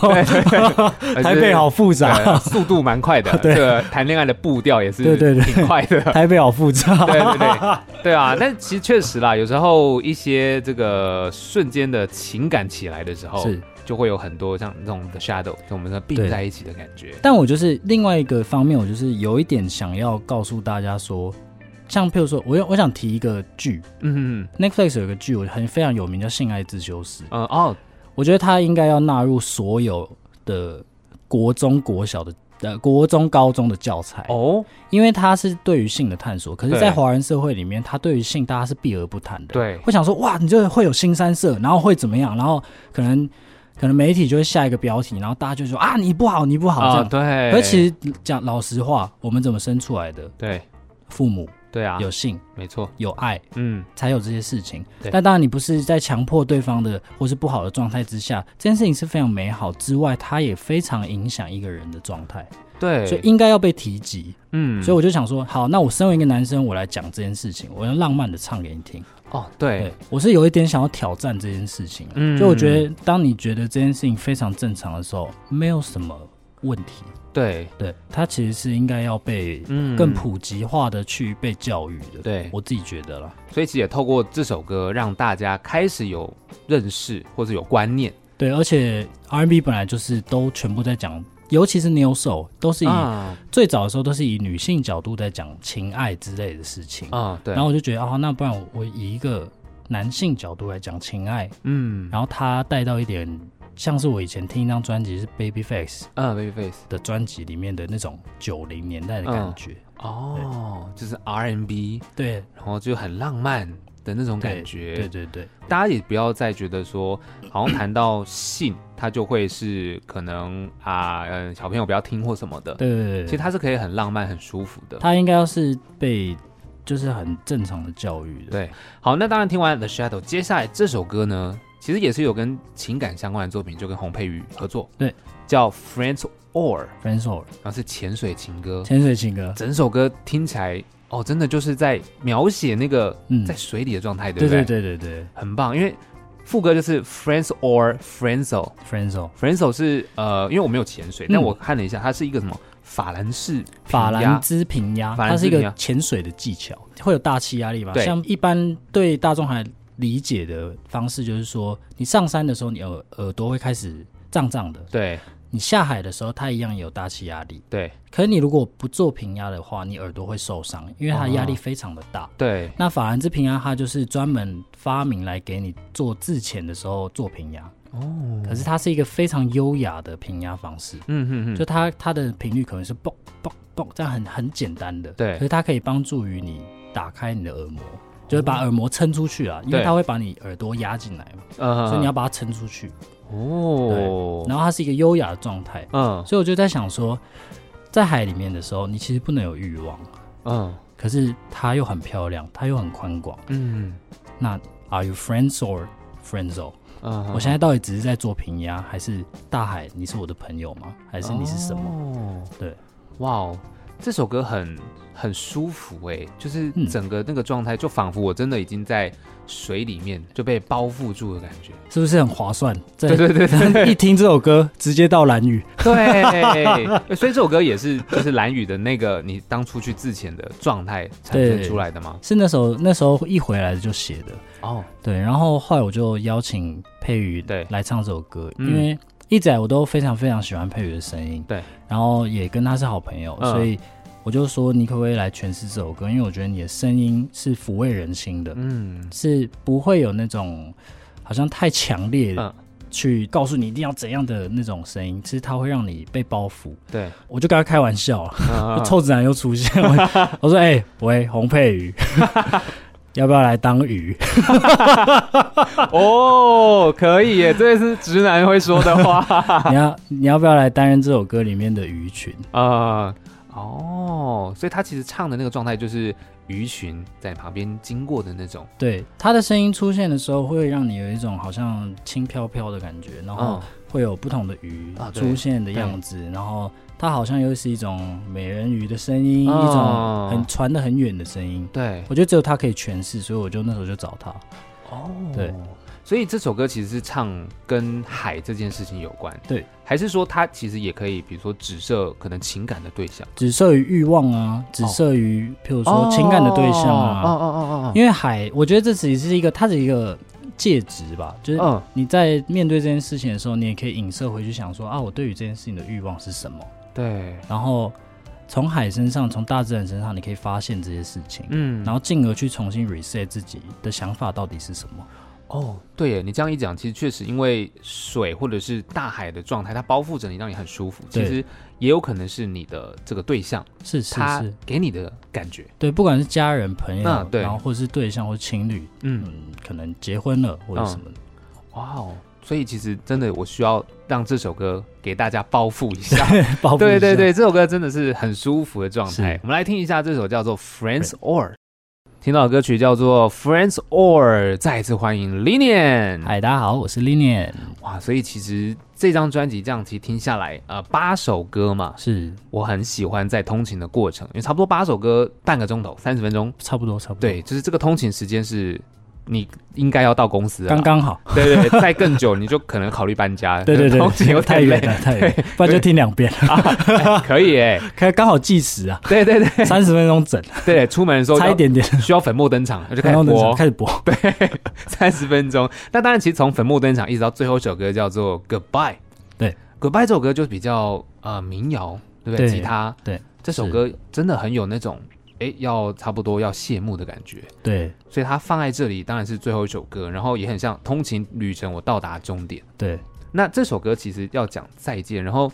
而
台
且
北好复杂，
对呃速度蛮快的，
对
这个谈恋爱的步调也是
对对对
挺快的。
台北好复杂。
对 对对，对啊，但其实确实啦，有时候一些这个瞬间的情感起来的时候，
是，
就会有很多像这种的 shadow 跟我们的并
对
在一起的感觉。
但我就是另外一个方面，我就是有一点想要告诉大家说，像譬如说，我要我想提一个剧
嗯
，Netflix 有一个剧，我很非常有名，叫《性爱自修室》，
嗯哦，
我觉得它应该要纳入所有的国中、国小的。呃，国中、高中的教材，
哦，
因为它是对于性的探索，可是，
对
在华人社会里面，它对于性大家是避而不谈的。
对，
会想说哇，你这会有新三色，然后会怎么样？然后可能可能媒体就会下一个标题，然后大家就说啊，你不好，你不好、这
啊
样。
对，
而其实讲老实话，我们怎么生出来的？
对
父母
对啊，
有性
没错，
有爱，
嗯，
才有这些事情
对。
但当然，你不是在强迫对方的或是不好的状态之下，这件事情是非常美好之外，它也非常影响一个人的状态，
对，
所以应该要被提及。
嗯，
所以我就想说，好，那我身为一个男生，我来讲这件事情，我要浪漫的唱给你听。
哦，对
对，，我是有一点想要挑战这件事情啊、
嗯
就我觉得，当你觉得这件事情非常正常的时候，没有什么问题。
对，
对，它其实是应该要被
嗯
更普及化的去被教育的。
对
我自己觉得啦，
所以其实也透过这首歌让大家开始有认识或者有观念
对，而且 R&B 本来就是都全部在讲，尤其是 New Soul，都是以、
啊
最早的时候都是以女性角度在讲情爱之类的事情。
啊，对，
然后我就觉得，哦，那不然我我以一个男性角度来讲情爱，
嗯
然后他带到一点，像是我以前听一张专辑是 Babyface
嗯，Babyface，
的专辑里面的那种九零年代
嗯
的感觉，
哦，就是 R&B，
对
然后就很浪漫的那种感觉，
对对对，
大家也不要再觉得说，好像谈到性，它就会是可能啊，嗯、小朋友不要听或什么的。
对对对，
其实它是可以很浪漫、很舒服的。
他应该要是被就是很正常的教育的，
对，好，那当然听完 The Shadow，接下来这首歌呢，其实也是有跟情感相关的作品，就跟洪佩瑜合作，
对，
叫 Friends Or，
f r i e n d s o
然后是潜水情歌。
潜水情歌，
整首歌听起来，哦，真的就是在描写那个
嗯
在，水里的状态，对
对
不
对
对？
对对对
很棒，因为副歌就是 Friends or Friendzo。
f r i e n d s o
f r e n z o 是呃，因为我没有潜水，
嗯
但我看了一下，它是一个什么法兰式
法
平
兰
压
兹平压，
法兰
它
兹
是一
平压
个潜水的技巧，会有大气压力吧？
对
像一般对大众还理解的方式，就是说你上山的时候，你耳耳朵会开始胀胀的，
对
你下海的时候，它一样也有大气压力。
对
可是你如果不做平压的话，你耳朵会受伤，因为它
啊
的压力非常的大。
对
那法兰兹平压它就是专门发明来给你做自潜的时候做平压，
哦，
可是它是一个非常优雅的平压方式。
嗯嗯嗯，
就它它的频率可能是蹦蹦蹦，这样很很简单的，
对哦
可是它可以帮助于你打开你的耳膜，就是把耳膜撑出去啊，因为
对
它会把你耳朵压进来嘛，
呃
所以你要把它撑出去。
哦，
然后它是一个优雅的状态，
嗯
所以我就在想说，在海里面的时候，你其实不能有欲望，
嗯
可是它又很漂亮，它又很宽广。
嗯
那 Are you friends or friends or？、
嗯，
我现在到底只是在做平压，
哦
还是大海？你是我的朋友吗？还是你是什么？
么
对，
哇哦，这首歌很很舒服哎、就是
嗯
整个那个状态，就仿佛我真的已经在水里面就被包覆住的感觉。
是不是很划算？ 对
对对对对
一听这首歌，直接到蓝雨，
对， 所以这首歌也是就是蓝雨的那个你当初去自潜的状态产生出来的吗？
是那时候那时候一回来就写的。
哦，
对，然后后来我就邀请佩瑜
对
来唱这首歌，
嗯
因为一直以来我都非常非常喜欢佩瑜的声音，
对，
然后也跟他是好朋友，
嗯
所以我就说你可不可以来诠释这首歌？因为我觉得你的声音是抚慰人心的，
嗯
是不会有那种好像太强烈的
嗯，
去告诉你一定要怎样的那种声音，其实它会让你被包袱。
对，
我就跟他开玩笑，啊
嗯
臭直男又出现，我 我说：“哎、喂，洪佩瑜， 要不要来当 鱼？”
哦，可以耶，这是直男会说的话
你要你要不要来担任这首歌里面的鱼群？呃
啊。哦，所以他其实唱的那个状态就是鱼群在旁边经过的那种。
对，他的声音出现的时候，会让你有一种好像轻飘飘的感觉，然后
哦，
会有不同的鱼
啊对
出现的样子，然后它好像又是一种美人鱼的声音，
哦
一种很传得很远的声音。
对，
我觉得只有他可以诠释，所以我就那时候就找他。
哦，
对，
所以这首歌其实是唱跟海这件事情有关。
对，
还是说它其实也可以，比如说指涉可能情感的对象，
只涉于欲望啊，只涉于譬如说情感的对象啊，
哦哦哦哦哦哦，
因为海，我觉得这只是一个，它是一个介质吧，就是
嗯
你在面对这件事情的时候，你也可以影射回去想说啊，我对于这件事情的欲望是什么？
对，
然后从海身上，从大自然身上，你可以发现这些事情，
嗯
然后进而去重新 reset 自己的想法到底是什么。
哦，对耶，你这样一讲，其实确实因为水或者是大海的状态，它包覆着你，让你很舒服。其
对
实也有可能是你的这个对象，
是是
他
是，
给你的感觉。
对，不管是家人、朋友，
啊对
然后或者是对象或情侣，
嗯，
嗯，可能结婚了或者什么的，
哇哦，所以其实真的，我需要让这首歌给大家包覆哦一下。
包括
对对
是
对，这首歌真的是很舒服的状态
是。
我们来听一下这首叫做《Friends or》，听到的歌曲叫做《Friends or》，再一次欢迎 Linian。
嗨，大家好，我是 Linian，
哇，所以其实这张专辑这样其实听下来，呃，八首歌嘛，
是
我很喜欢在通勤的过程，因为差不多八首歌，半个钟头，三十分钟。
差不多差不多，
对，就是这个通勤时间是你应该要到公司了啦，
刚刚好，
对对，对再更久你就可能考虑搬家，
对对对，
通勤又
太
累
远了，太远了，不然就听两遍，
了， 可以哎、
开刚好计时啊，
对对对
三十分钟整，啊
对，出门的时候
差一
要
点点，
需要粉墨登场， 就开
然
始
后
播
开始播，
三十分钟。那当然，其实从粉墨登场一直到最后一首歌叫做《Goodbye》，
对，
《Goodbye》这首歌就比较呃民谣，对不对？
对
吉他，
对，
这首
是
歌真的很有那种哎要差不多要谢幕的感觉。
对
所以它放在这里当然是最后一首歌，然后也很像通勤旅程，我到达终点。
对
那这首歌其实要讲再见，然后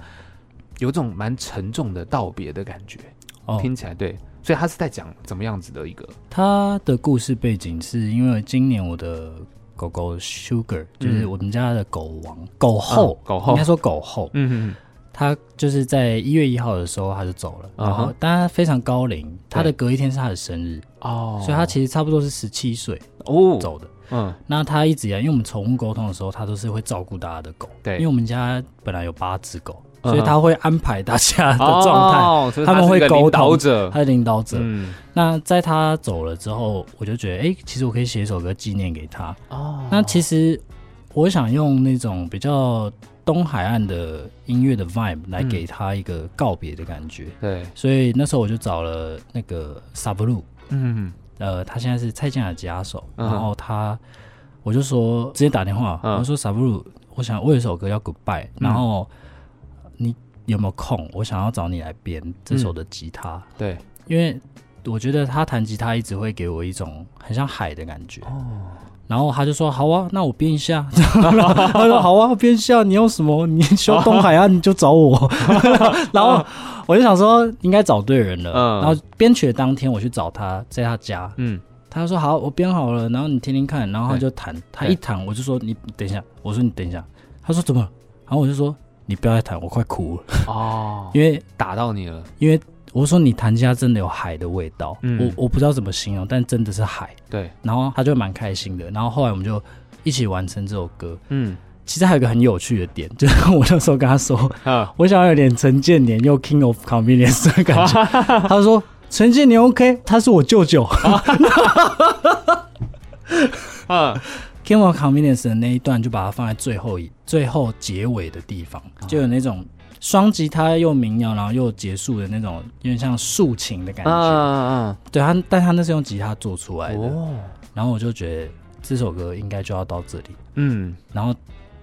有种蛮沉重的道别的感觉，
哦。
听起来对，所以他是在讲怎么样子的一个
他的故事背景是因为今年我的狗狗 Sugar，就是我们家的狗王、狗后
嗯、狗后
应该说狗后，
嗯
他就是在一月一号的时候他就走了，然
嗯
后
哼
但他非常高龄，他的隔一天是他的生日，
哦，
所以他其实差不多是十七岁
哦
走的。
嗯
那他一直以啊来，因为我们宠物沟通的时候，他都是会照顾大家的狗，
对
因为我们家本来有八只狗，
嗯哼
所以他会安排大家的
哦
状态，
所以
他们
是
会
一个
沟
领导
通
者，
他的领导者。
嗯
那在他走了之后，我就觉得，哎、其实我可以写一首歌纪念给他。
哦
那其实我想用那种比较东海岸的音乐的 vibe 来
嗯
给他一个告别的感觉，
对
所以那时候我就找了那个 Sabru，
嗯
呃，他现在是蔡健雅的吉他手，
嗯
然后他我就说直接打电话，
嗯
我说 Sabru，我想我有一首歌叫 Goodbye，、然后你有没有空？我想要找你来编这首的吉他，
对
因为我觉得他弹吉他一直会给我一种很像海的感觉。
哦
然后他就说：“好啊，那我编一下。” 他说：“好啊，编一下。你有什 么？你修东海岸你就找我。” 然后我就想说应该找对人了。
哦嗯
然后编曲的当天我去找他，在他家，
嗯
他就说：“好，我编好了。”然后你听听看。然后他就弹，他
对
一弹我就说：“你等一下。”我说：“你等一下。”他说：“怎么了？”然后我就说：“你不要再弹，我快哭了，
哦，
因为
打到你了，
因为我说你弹吉他真的有海的味道，
嗯
我我不知道怎么形容，但真的是海。
对，
然后他就蛮开心的。然后后来我们就一起完成这首歌。
嗯
其实还有一个很有趣的点，就是我那时候跟他说，
啊，
我想要有点陈建年又 King of Convenience 的感 觉，他说陈建年 OK，他是我舅舅。
啊
King of Convenience 的那一段就把它放在最后一最后结尾的地方，
啊
就有那种双吉他又民谣，然后又结束的那种，有点像抒情的感
啊
觉。
啊！
对他，但他那是用吉他做出来的，
哦，
然后我就觉得这首歌应该就要到这里。
嗯，
然后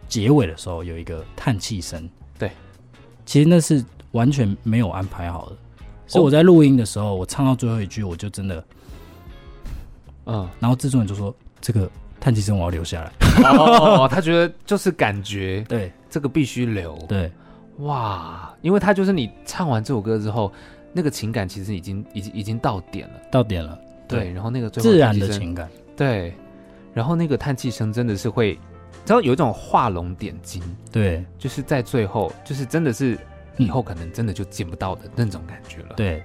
结尾的时候有一个叹气声，
对，
其实那是完全没有安排
哦
好的，是我在录音的时候，我唱到最后一句，我就真的，
嗯，
然后制作人就说这个叹气声我要 留下来，
哦，他觉得就是感觉
对
这个必须留，
对
哇，因为他就是你唱完这首歌之后，那个情感其实已经已经已经到点了，
到点了，对
对，然后那个最后
自然的
叹气声
情感，
对，然后那个叹气声真的是会，知道有一种画龙点睛，
对
就是在最后，就是真的是
嗯
以后可能真的就见不到的那种感觉了。
对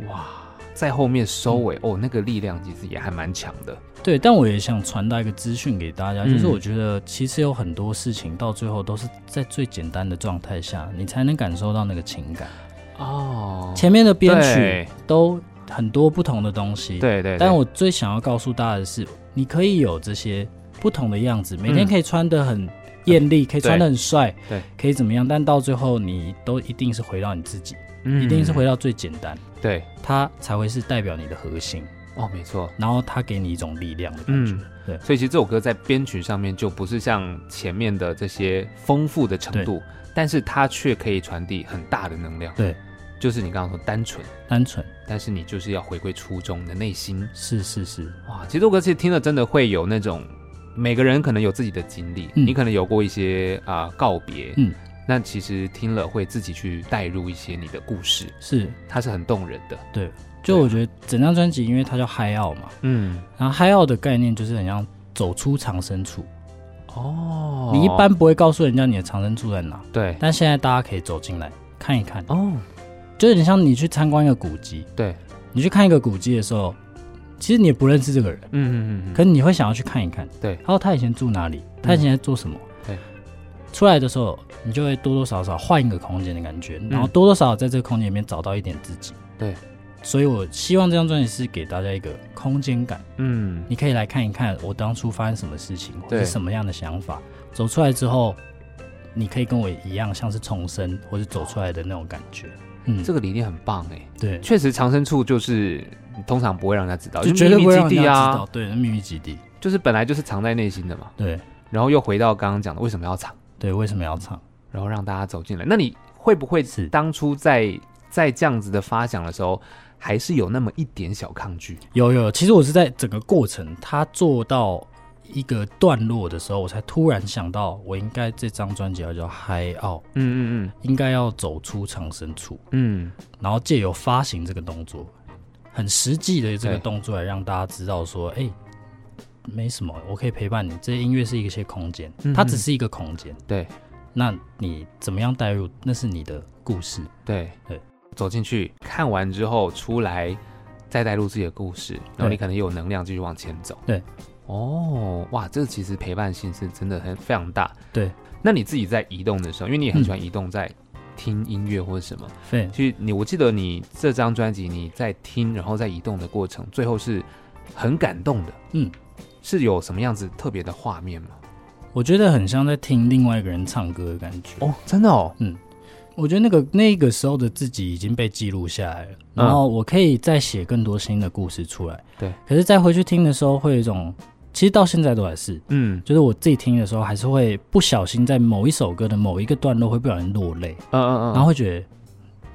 嗯
哇，在后面收尾、哦，那个力量其实也还蛮强的。
对，但我也想传达一个资讯给大家，就是
嗯
我觉得其实有很多事情到最后都是在最简单的状态下，你才能感受到那个情感，
哦，
前面的编曲
对
都很多不同的东西，
对对，
但我最想要告诉大家的是，你可以有这些不同的样子，每天可以穿得很艳丽，可以穿得很帅，
对，
可以怎么样？但到最后，你都一定是回到你自己，
嗯
一定是回到最简单，
对
它才会是代表你的核心，
哦，没错。
然后它给你一种力量的感觉。
嗯，
对
所以其实这首歌在编曲上面就不是像前面的这些丰富的程度，但是它却可以传递很大的能量。
对，
就是你刚刚说单纯，
单纯
但是你就是要回归初衷，你的内心。
是是是，
哇，其实这首歌其实听了真的会有那种，每个人可能有自己的经历，
嗯
你可能有过一些啊、告别，
嗯，
那其实听了会自己去带入一些你的故事，
是。
它是很动人的，
就
啊
我觉得整张专辑，因为它叫嗨 i 嘛，
嗯，
然后嗨 i 的概念就是很像走出藏身处。
哦
你一般不会告诉人家你的藏身处在哪，
对，
但现在大家可以走进来看一看。
哦，
就有点像你去参观一个古迹，
对，
你去看一个古迹的时候，其实你也不认识这个人，
嗯嗯嗯
可是你会想要去看一看，
对嗯
然后他以前住哪里，他以前在做什么，
对，
出来的时候你就会多多少少换一个空间的感觉，然后
嗯
多多少少在这个空间里面找到一点自己，
对，
所以我希望这张专辑是给大家一个空间感，
嗯嗯，
你可以来看一看我当初发生什么事情，或
对
是什么样的想法，走出来之后。你可以跟我一样，像是重生或是走出来的那种感觉，嗯，
这个理念很棒哎，
对，
确实藏身处就是通常不会让人家知道，
就
因为
绝对
秘
不
密
会
基
让
地
人家知
啊
道，，对，秘密基地，
就是本来就是藏在内心的嘛，
对
然后又回到刚刚讲的为什么要藏，
对，为什么要唱？
然后让大家走进来，那你会不会
是
当初在在这样子的发想的时候，还是有那么一点小抗拒。
有有，其实我是在整个过程，他做到一个段落的时候，我才突然想到，我应该这张专辑要叫《嗨傲》，
嗯嗯
应该要走出藏身处，
嗯
然后借由发行这个动作，很实际的这个
对
动作来让大家知道说，哎、没什么，我可以陪伴你。这音乐是一些空间，
嗯
它只
嗯
是一个空间。
对
那你怎么样带入？那是你的故事。
嗯，对
对，
走进去看完之后出来，再带入自己的故事，然后你可能也有能量继续往前走。
对，
哦，哇，这其实陪伴性是真的很非常大。
对，嗯
那你自己在移动的时候，因为你也很喜欢移动，在听音乐或者什么，
对，
其实你我记得你这张专辑你在听，然后在移动的过程，最后是很感动的。
嗯，
是有什么样子特别的画面吗？
我觉得很像在听另外一个人唱歌的感觉。
哦，真的哦，
我觉得那个那个时候的自己已经被记录下来了，然后我可以再写更多新的故事出来。
嗯对，
可是再回去听的时候，会有一种，其实到现在都还是，
嗯
就是我自己听的时候，还是会不小心在某一首歌的某一个段落会不小心落泪，
嗯嗯嗯，
然后会觉得，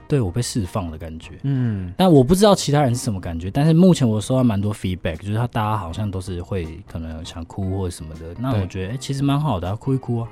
对我被释放的感觉。
嗯
但我不知道其他人是什么感觉，但是目前我收到蛮多 feedback，就是他大家好像都是会可能想哭或者什么的。那
对
我觉得、哎其实蛮好的、啊，哭一哭啊，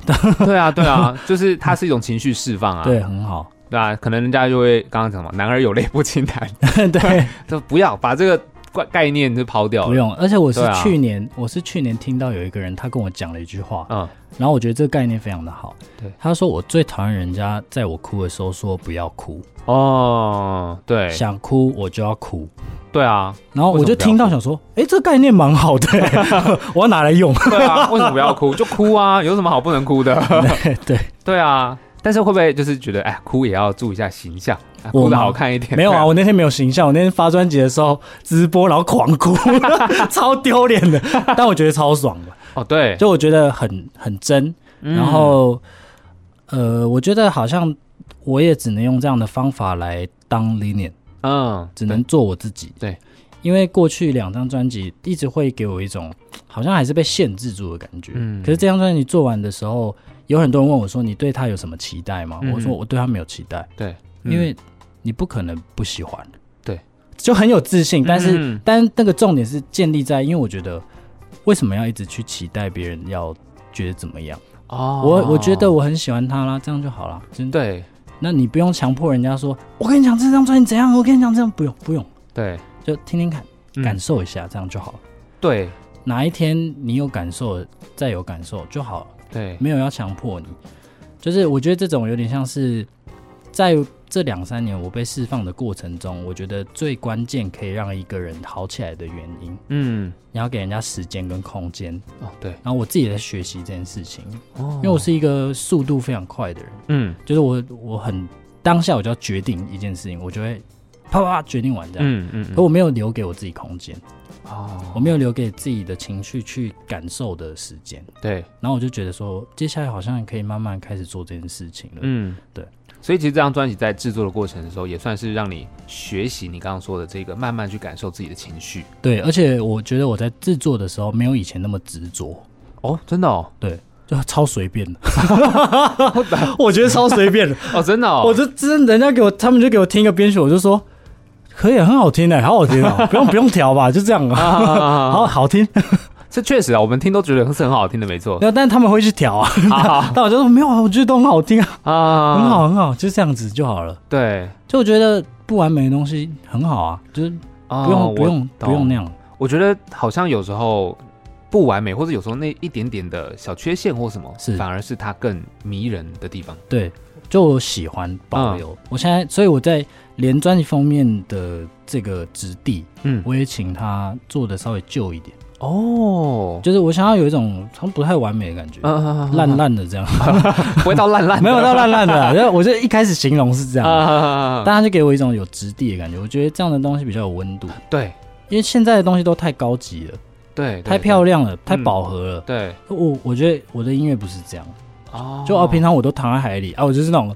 对啊，对啊，就是它是一种情绪释放啊，
对，很好。
对啊，可能人家就会刚刚讲嘛，男儿有泪不轻弹，
对
就不要把这个概概念就抛掉
不
了。
用，而且我是
对啊
去年，我是去年听到有一个人，他跟我讲了一句话，
嗯，
然后我觉得这个概念非常的好。
对，
他说我最讨厌人家在我哭的时候说不要哭，
哦，对，
想哭我就要哭。
对啊，
然后
为
我
什
就
么不要
听到想说，哎，这个概念蛮好的、 我要拿 来用。
对啊，为什么不要哭？就哭啊，有什么好不能哭的？
对，
对啊，但是会不会就是觉得，哎，哭也要注意一下形象，啊
我吗
哭的好看一点？
没有啊，我那天没有形象，我那天发专辑的时候直播，然后狂哭， 超丢脸的，但我觉得超爽的，
哦，对，
就我觉得很很真。
嗯
然后，呃，我觉得好像我也只能用这样的方法来当 linen，
嗯，
只能做我自己。
对，
因为过去两张专辑一直会给我一种好像还是被限制住的感觉。
嗯
可是这张专辑做完的时候，有很多人问我说：“你对他有什么期待吗？”
嗯
我说：“我对他没有期待，
对，嗯
因为你不可能不喜欢。”
对，
就很有自信，
嗯
但是、
嗯
但那个重点是建立在，因为我觉得为什么要一直去期待别人要觉得怎么样？
哦，
我我觉得我很喜欢他啦，这样就好啦。真的，
对
那你不用强迫人家说，我跟你讲这张专辑怎样，我跟你讲这样，不用不用，
对
就听听看，
嗯
感受一下，这样就好了。
对
哪一天你有感受，再有感受就好了，
对，
没有要强迫你。就是我觉得这种有点像是在这两三年我被释放的过程中，我觉得最关键可以让一个人好起来的原因，
嗯，
你要给人家时间跟空间。
哦对，
然后我自己也在学习这件事情，
哦
因为我是一个速度非常快的人，
嗯
就是我我很当下我就要决定一件事情，我就会啪啪啪决定完这样。
嗯嗯，
可我没有留给我自己空间，
哦
我没有留给自己的情绪去感受的时间，
对，
然后我就觉得说，接下来好像可以慢慢开始做这件事情了。
嗯
对。
所以其实这张专辑在制作的过程的时候，也算是让你学习你刚刚说的这个，慢慢去感受自己的情绪。
对，而且我觉得我在制作的时候没有以前那么执着，
哦，真的哦，
对，就超随便 的，我觉得超随便的，
哦，真的哦，
我就真的人家给我，他们就给我听一个编曲，我就说可以，很好听哎、好好听啊，不用不用调吧，就这样啊，好
好，
好听。
这确实啊，我们听都觉得是很好听的，没错。
然后但他们会去调啊，
啊
但我就说没有啊，我觉得都很好听啊，
啊，
很，好很好，就这样子就好了。
对，
就我觉得不完美的东西很好啊，就是
不
不用、不用不用
我
那。
懂
样。
我觉得好像有时候不完美，或者有时候那一点点的小缺陷或什么，
是
反而是它更迷人的地方。
对，就我喜欢保
嗯
留。我现在，所以我在连专辑封面的这个质地，
嗯，
我也请他做的稍微旧一点，
哦，
就是我想要有一种好像不太完美的感觉，
嗯
烂烂的 这样。
不会到烂烂的，
没有到烂烂的 啦，因为我就一开始形容是这样，
啊，
大家就给我一种有质地的感觉。我觉得这样的东西比较有温度，
对
因为现在的东西都太高级了，
对，嗯
太
亮，
漂亮了，太饱和了。
对
我我觉得我的音乐不是这样，
哦
就啊，平常我都躺在海里啊，我就是那种。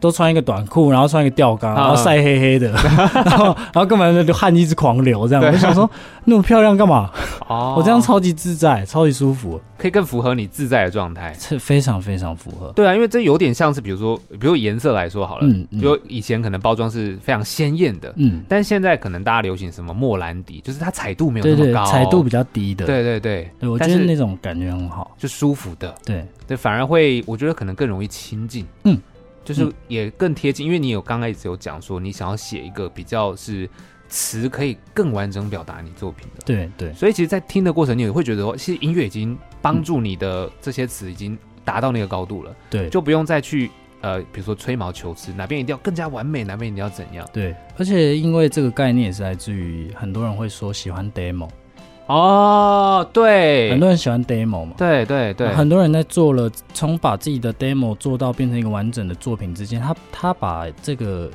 都穿一个短裤，然后穿一个吊杆，
嗯
然后晒 黑黑的，然后然后根本就汗一直狂流，这样
对
我 就想说那么漂亮干嘛？
哦
我这样超级自在，超级舒服，
可以更符合你自在的状态。
这非常非常符合。
对啊，因为这有点像是，比如说，比如颜色来说好了，
嗯嗯
比如以前可能包装是非常鲜艳的，
嗯，
但现在可能大家流行什么莫兰迪，就是它彩度没有
对
那么
对，
高，
彩度比较低的，
对对对，
对，我觉
但
得
是
那种感觉很好。
就舒服的，
对，
对，反而会我觉得可能更容易亲近，
嗯，
就是
嗯
也更贴近，因为你有刚开始有讲说你想要写一个比较是词可以更完整表达你作品的，
对对
所以其实，在听的过程你也会觉得说，其实音乐已经
嗯
帮助你的这些词已经达到那个高度了，
对，
就不用再去呃，比如说吹毛求疵，哪边一定要更加完美，哪边一定要怎样
对，而且因为这个概念也是来自于很多人会说喜欢 demo，
哦，对，
很多人喜欢 demo 嘛。
对对对，
很多人在做了从把自己的 demo 做到变成一个完整的作品之间，他他把这个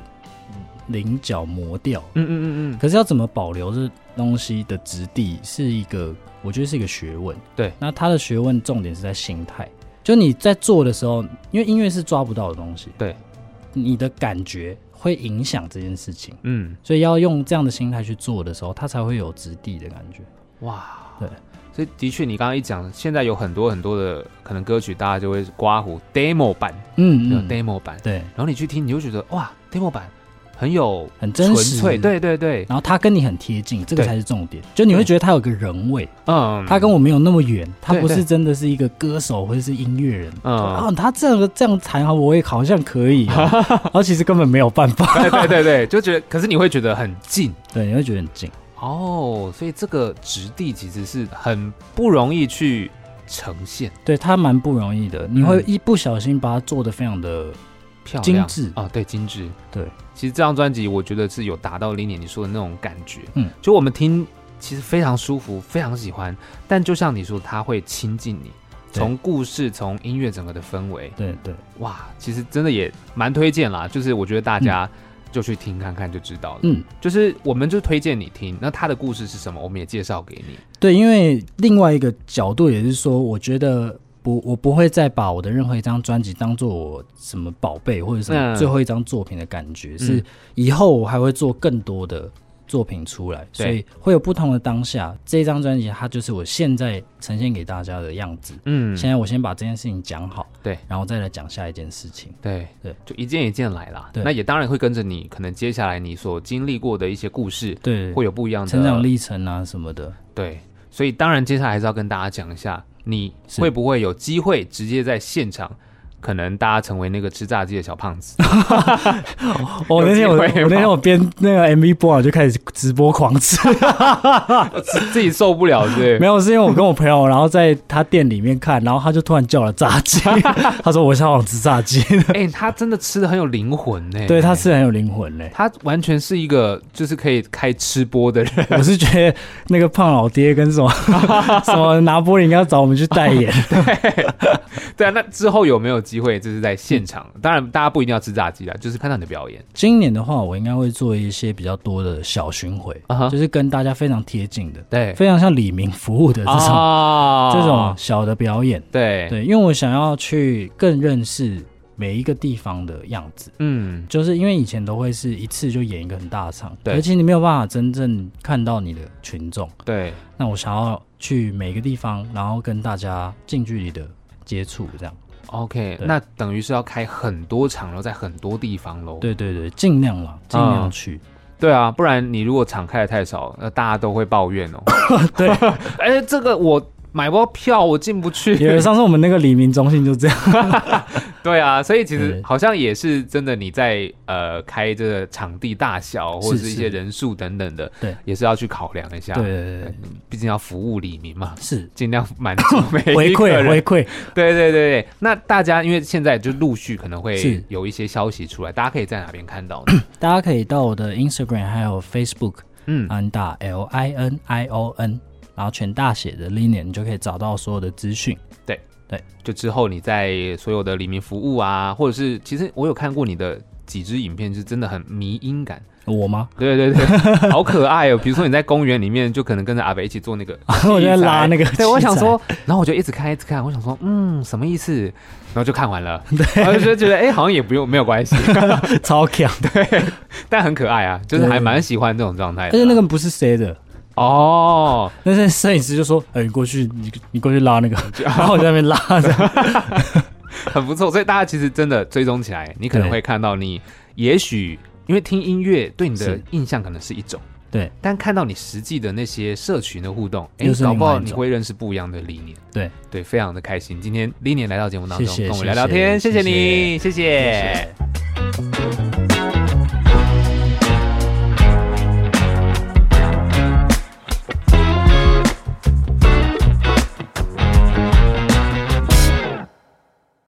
棱角磨掉，
嗯嗯嗯嗯，
可是要怎么保留这东西的质地，是一个我觉得是一个学问。
对，
那他的学问重点是在心态，就你在做的时候，因为音乐是抓不到的东西，
对，
你的感觉会影响这件事情。
嗯，
所以要用这样的心态去做的时候，它才会有质地的感觉。
哇，
对，
所以的确，你刚刚一讲，现在有很多很多的可能歌曲，大家就会刮胡 demo 版，
嗯
有
嗯，
demo 版，
对，
然后你去听，你就觉得哇，demo 版很有
很真
纯
实，
粹，。对对对，
然后它跟你很贴近，这个
对
才是重点。就你会觉得它有个人味，
嗯，
它跟我没有那么远，它
对
不是
对
真的是一个歌手或者是音乐人。
嗯
啊，他这个这样弹啊，我也好像可以、啊， 然后其实根本没有办法。
对对对对，就觉得，可是你会觉得很近
对，你会觉得很近。
哦，所以这个质地其实是很不容易去呈现
对，它蛮不容易的，你会一不小心把它做的非常的
漂
精
亮
致。
啊，对，精致。
对，
其实这张专辑我觉得是有达到 l i n 你说的那种感觉，
嗯，
就我们听其实非常舒服，非常喜欢，但就像你说，它会亲近你。
对
从故事，从音乐整个的氛围，
对对，
哇，其实真的也蛮推荐啦。就是我觉得大家就去听看看就知道了。
嗯，
就是我们就推荐你听，那他的故事是什么，我们也介绍给你。
对，因为另外一个角度也是说，我觉得不，我不会再把我的任何一张专辑当做我什么宝贝或者什么
嗯
最后一张作品的感觉，是以后我还会做更多的作品出来，所以会有不同的当下。这张专辑它就是我现在呈现给大家的样子。
嗯，
现在我先把这件事情讲好，
对，
然后再来讲下一件事情。
对
对，
就一件一件来啦。
对
那也当然会跟着你，可能接下来你所经历过的一些故事，
对，
会有不一样的
成长。历程啊什么的。
对，所以当然接下来还是要跟大家讲一下，你
是
会不会有机会直接在现场，可能大家成为那个吃炸鸡的小胖子？
我、哦那天 我
有机会吗
我那天我边那个 MV 播完就开始直播狂吃，
自己受不了，对
没。有，是因为我跟我朋友，然后在他店里面看，然后他就突然叫了炸 鸡，他说我想要吃炸鸡，
哎、他真的吃的很有灵魂呢、
对，他是很有灵魂欸嘞。
他完全是一个就是可以开吃播的人，
我是觉得那个胖老爹跟什么 什么拿破仑应该要找我们去代 言，
对啊。那之后有没有机会就是在现场？当然，大家不一定要吃炸鸡啦，就是看到你的表演。
今年的话，我应该会做一些比较多的小巡回
啊哈
就是跟大家非常贴近的，
对，
非常像李明服务的这种、
啊
这种小的表演。
对，
对，因为我想要去更认识每一个地方的样子，
嗯，
就是因为以前都会是一次就演一个很大的场，
对
而且你没有办法真正看到你的群众。
对，
那我想要去每个地方，然后跟大家近距离的接触，这样。
OK，
对
那等于是要开很多场，了，在很多地方喽。
对对对，尽量啦，尽量去。
对哦啊， 不然你如果场开的太少，那大家都会抱怨 哦。
对，
哎、这个我买不到票，我进不去。
因为上次我们那个黎明中心就这样，
对啊，所以其实
对
好像也是真的，你在呃开这个场地大小或者
是
是一
是
些人数等等的，
对
也是要去考量一下。
对对对对，
毕竟要服务李明嘛，
是
尽量满足每
回
一个
馈
人。
回馈，
对对对对，那大家因为现在就陆续可能
是
会有一些消息出来，大家可以在哪边看到 呢？
大家可以到我的 Instagram 还有 Facebook
嗯，
安大 L I N I O N，然后全大写的 Linian，你就可以找到所有的资讯。
就之后你在所有的黎明服务啊，或者是其实我有看过你的几支影片，是真的很迷音感。
我吗？
对对 对，好可爱哦！比如说你在公园里面，就可能跟着阿北一起做那个器材，
我在拉那个
对，我
器材
想说，然后我就一直看，一直看，我想说，嗯，什么意思？然后就看完了，然后就觉得，哎、好像也不用没有关 系，
超强，
啊但很可爱啊，就是还蛮喜欢这种状态
而
的啦。
且那个不是谁的，
哦，
但是摄影师就说：“哎、你过去，你你过去拉那个。”然后我在那边拉着。
很不错，所以大家其实真的追踪起来，你可能
对
会看到你，也许因为听音乐对你的
是
印象可能是一种，
对
但看到你实际的那些社群的互动，哎、
又是
搞不
另
好
外一
你
种
会认识不一样的理念。
对，
对，非常的开心。今天 l i n 来到节目当中，
谢谢
跟我们聊聊天，
谢
谢谢
谢
你，谢谢。
谢谢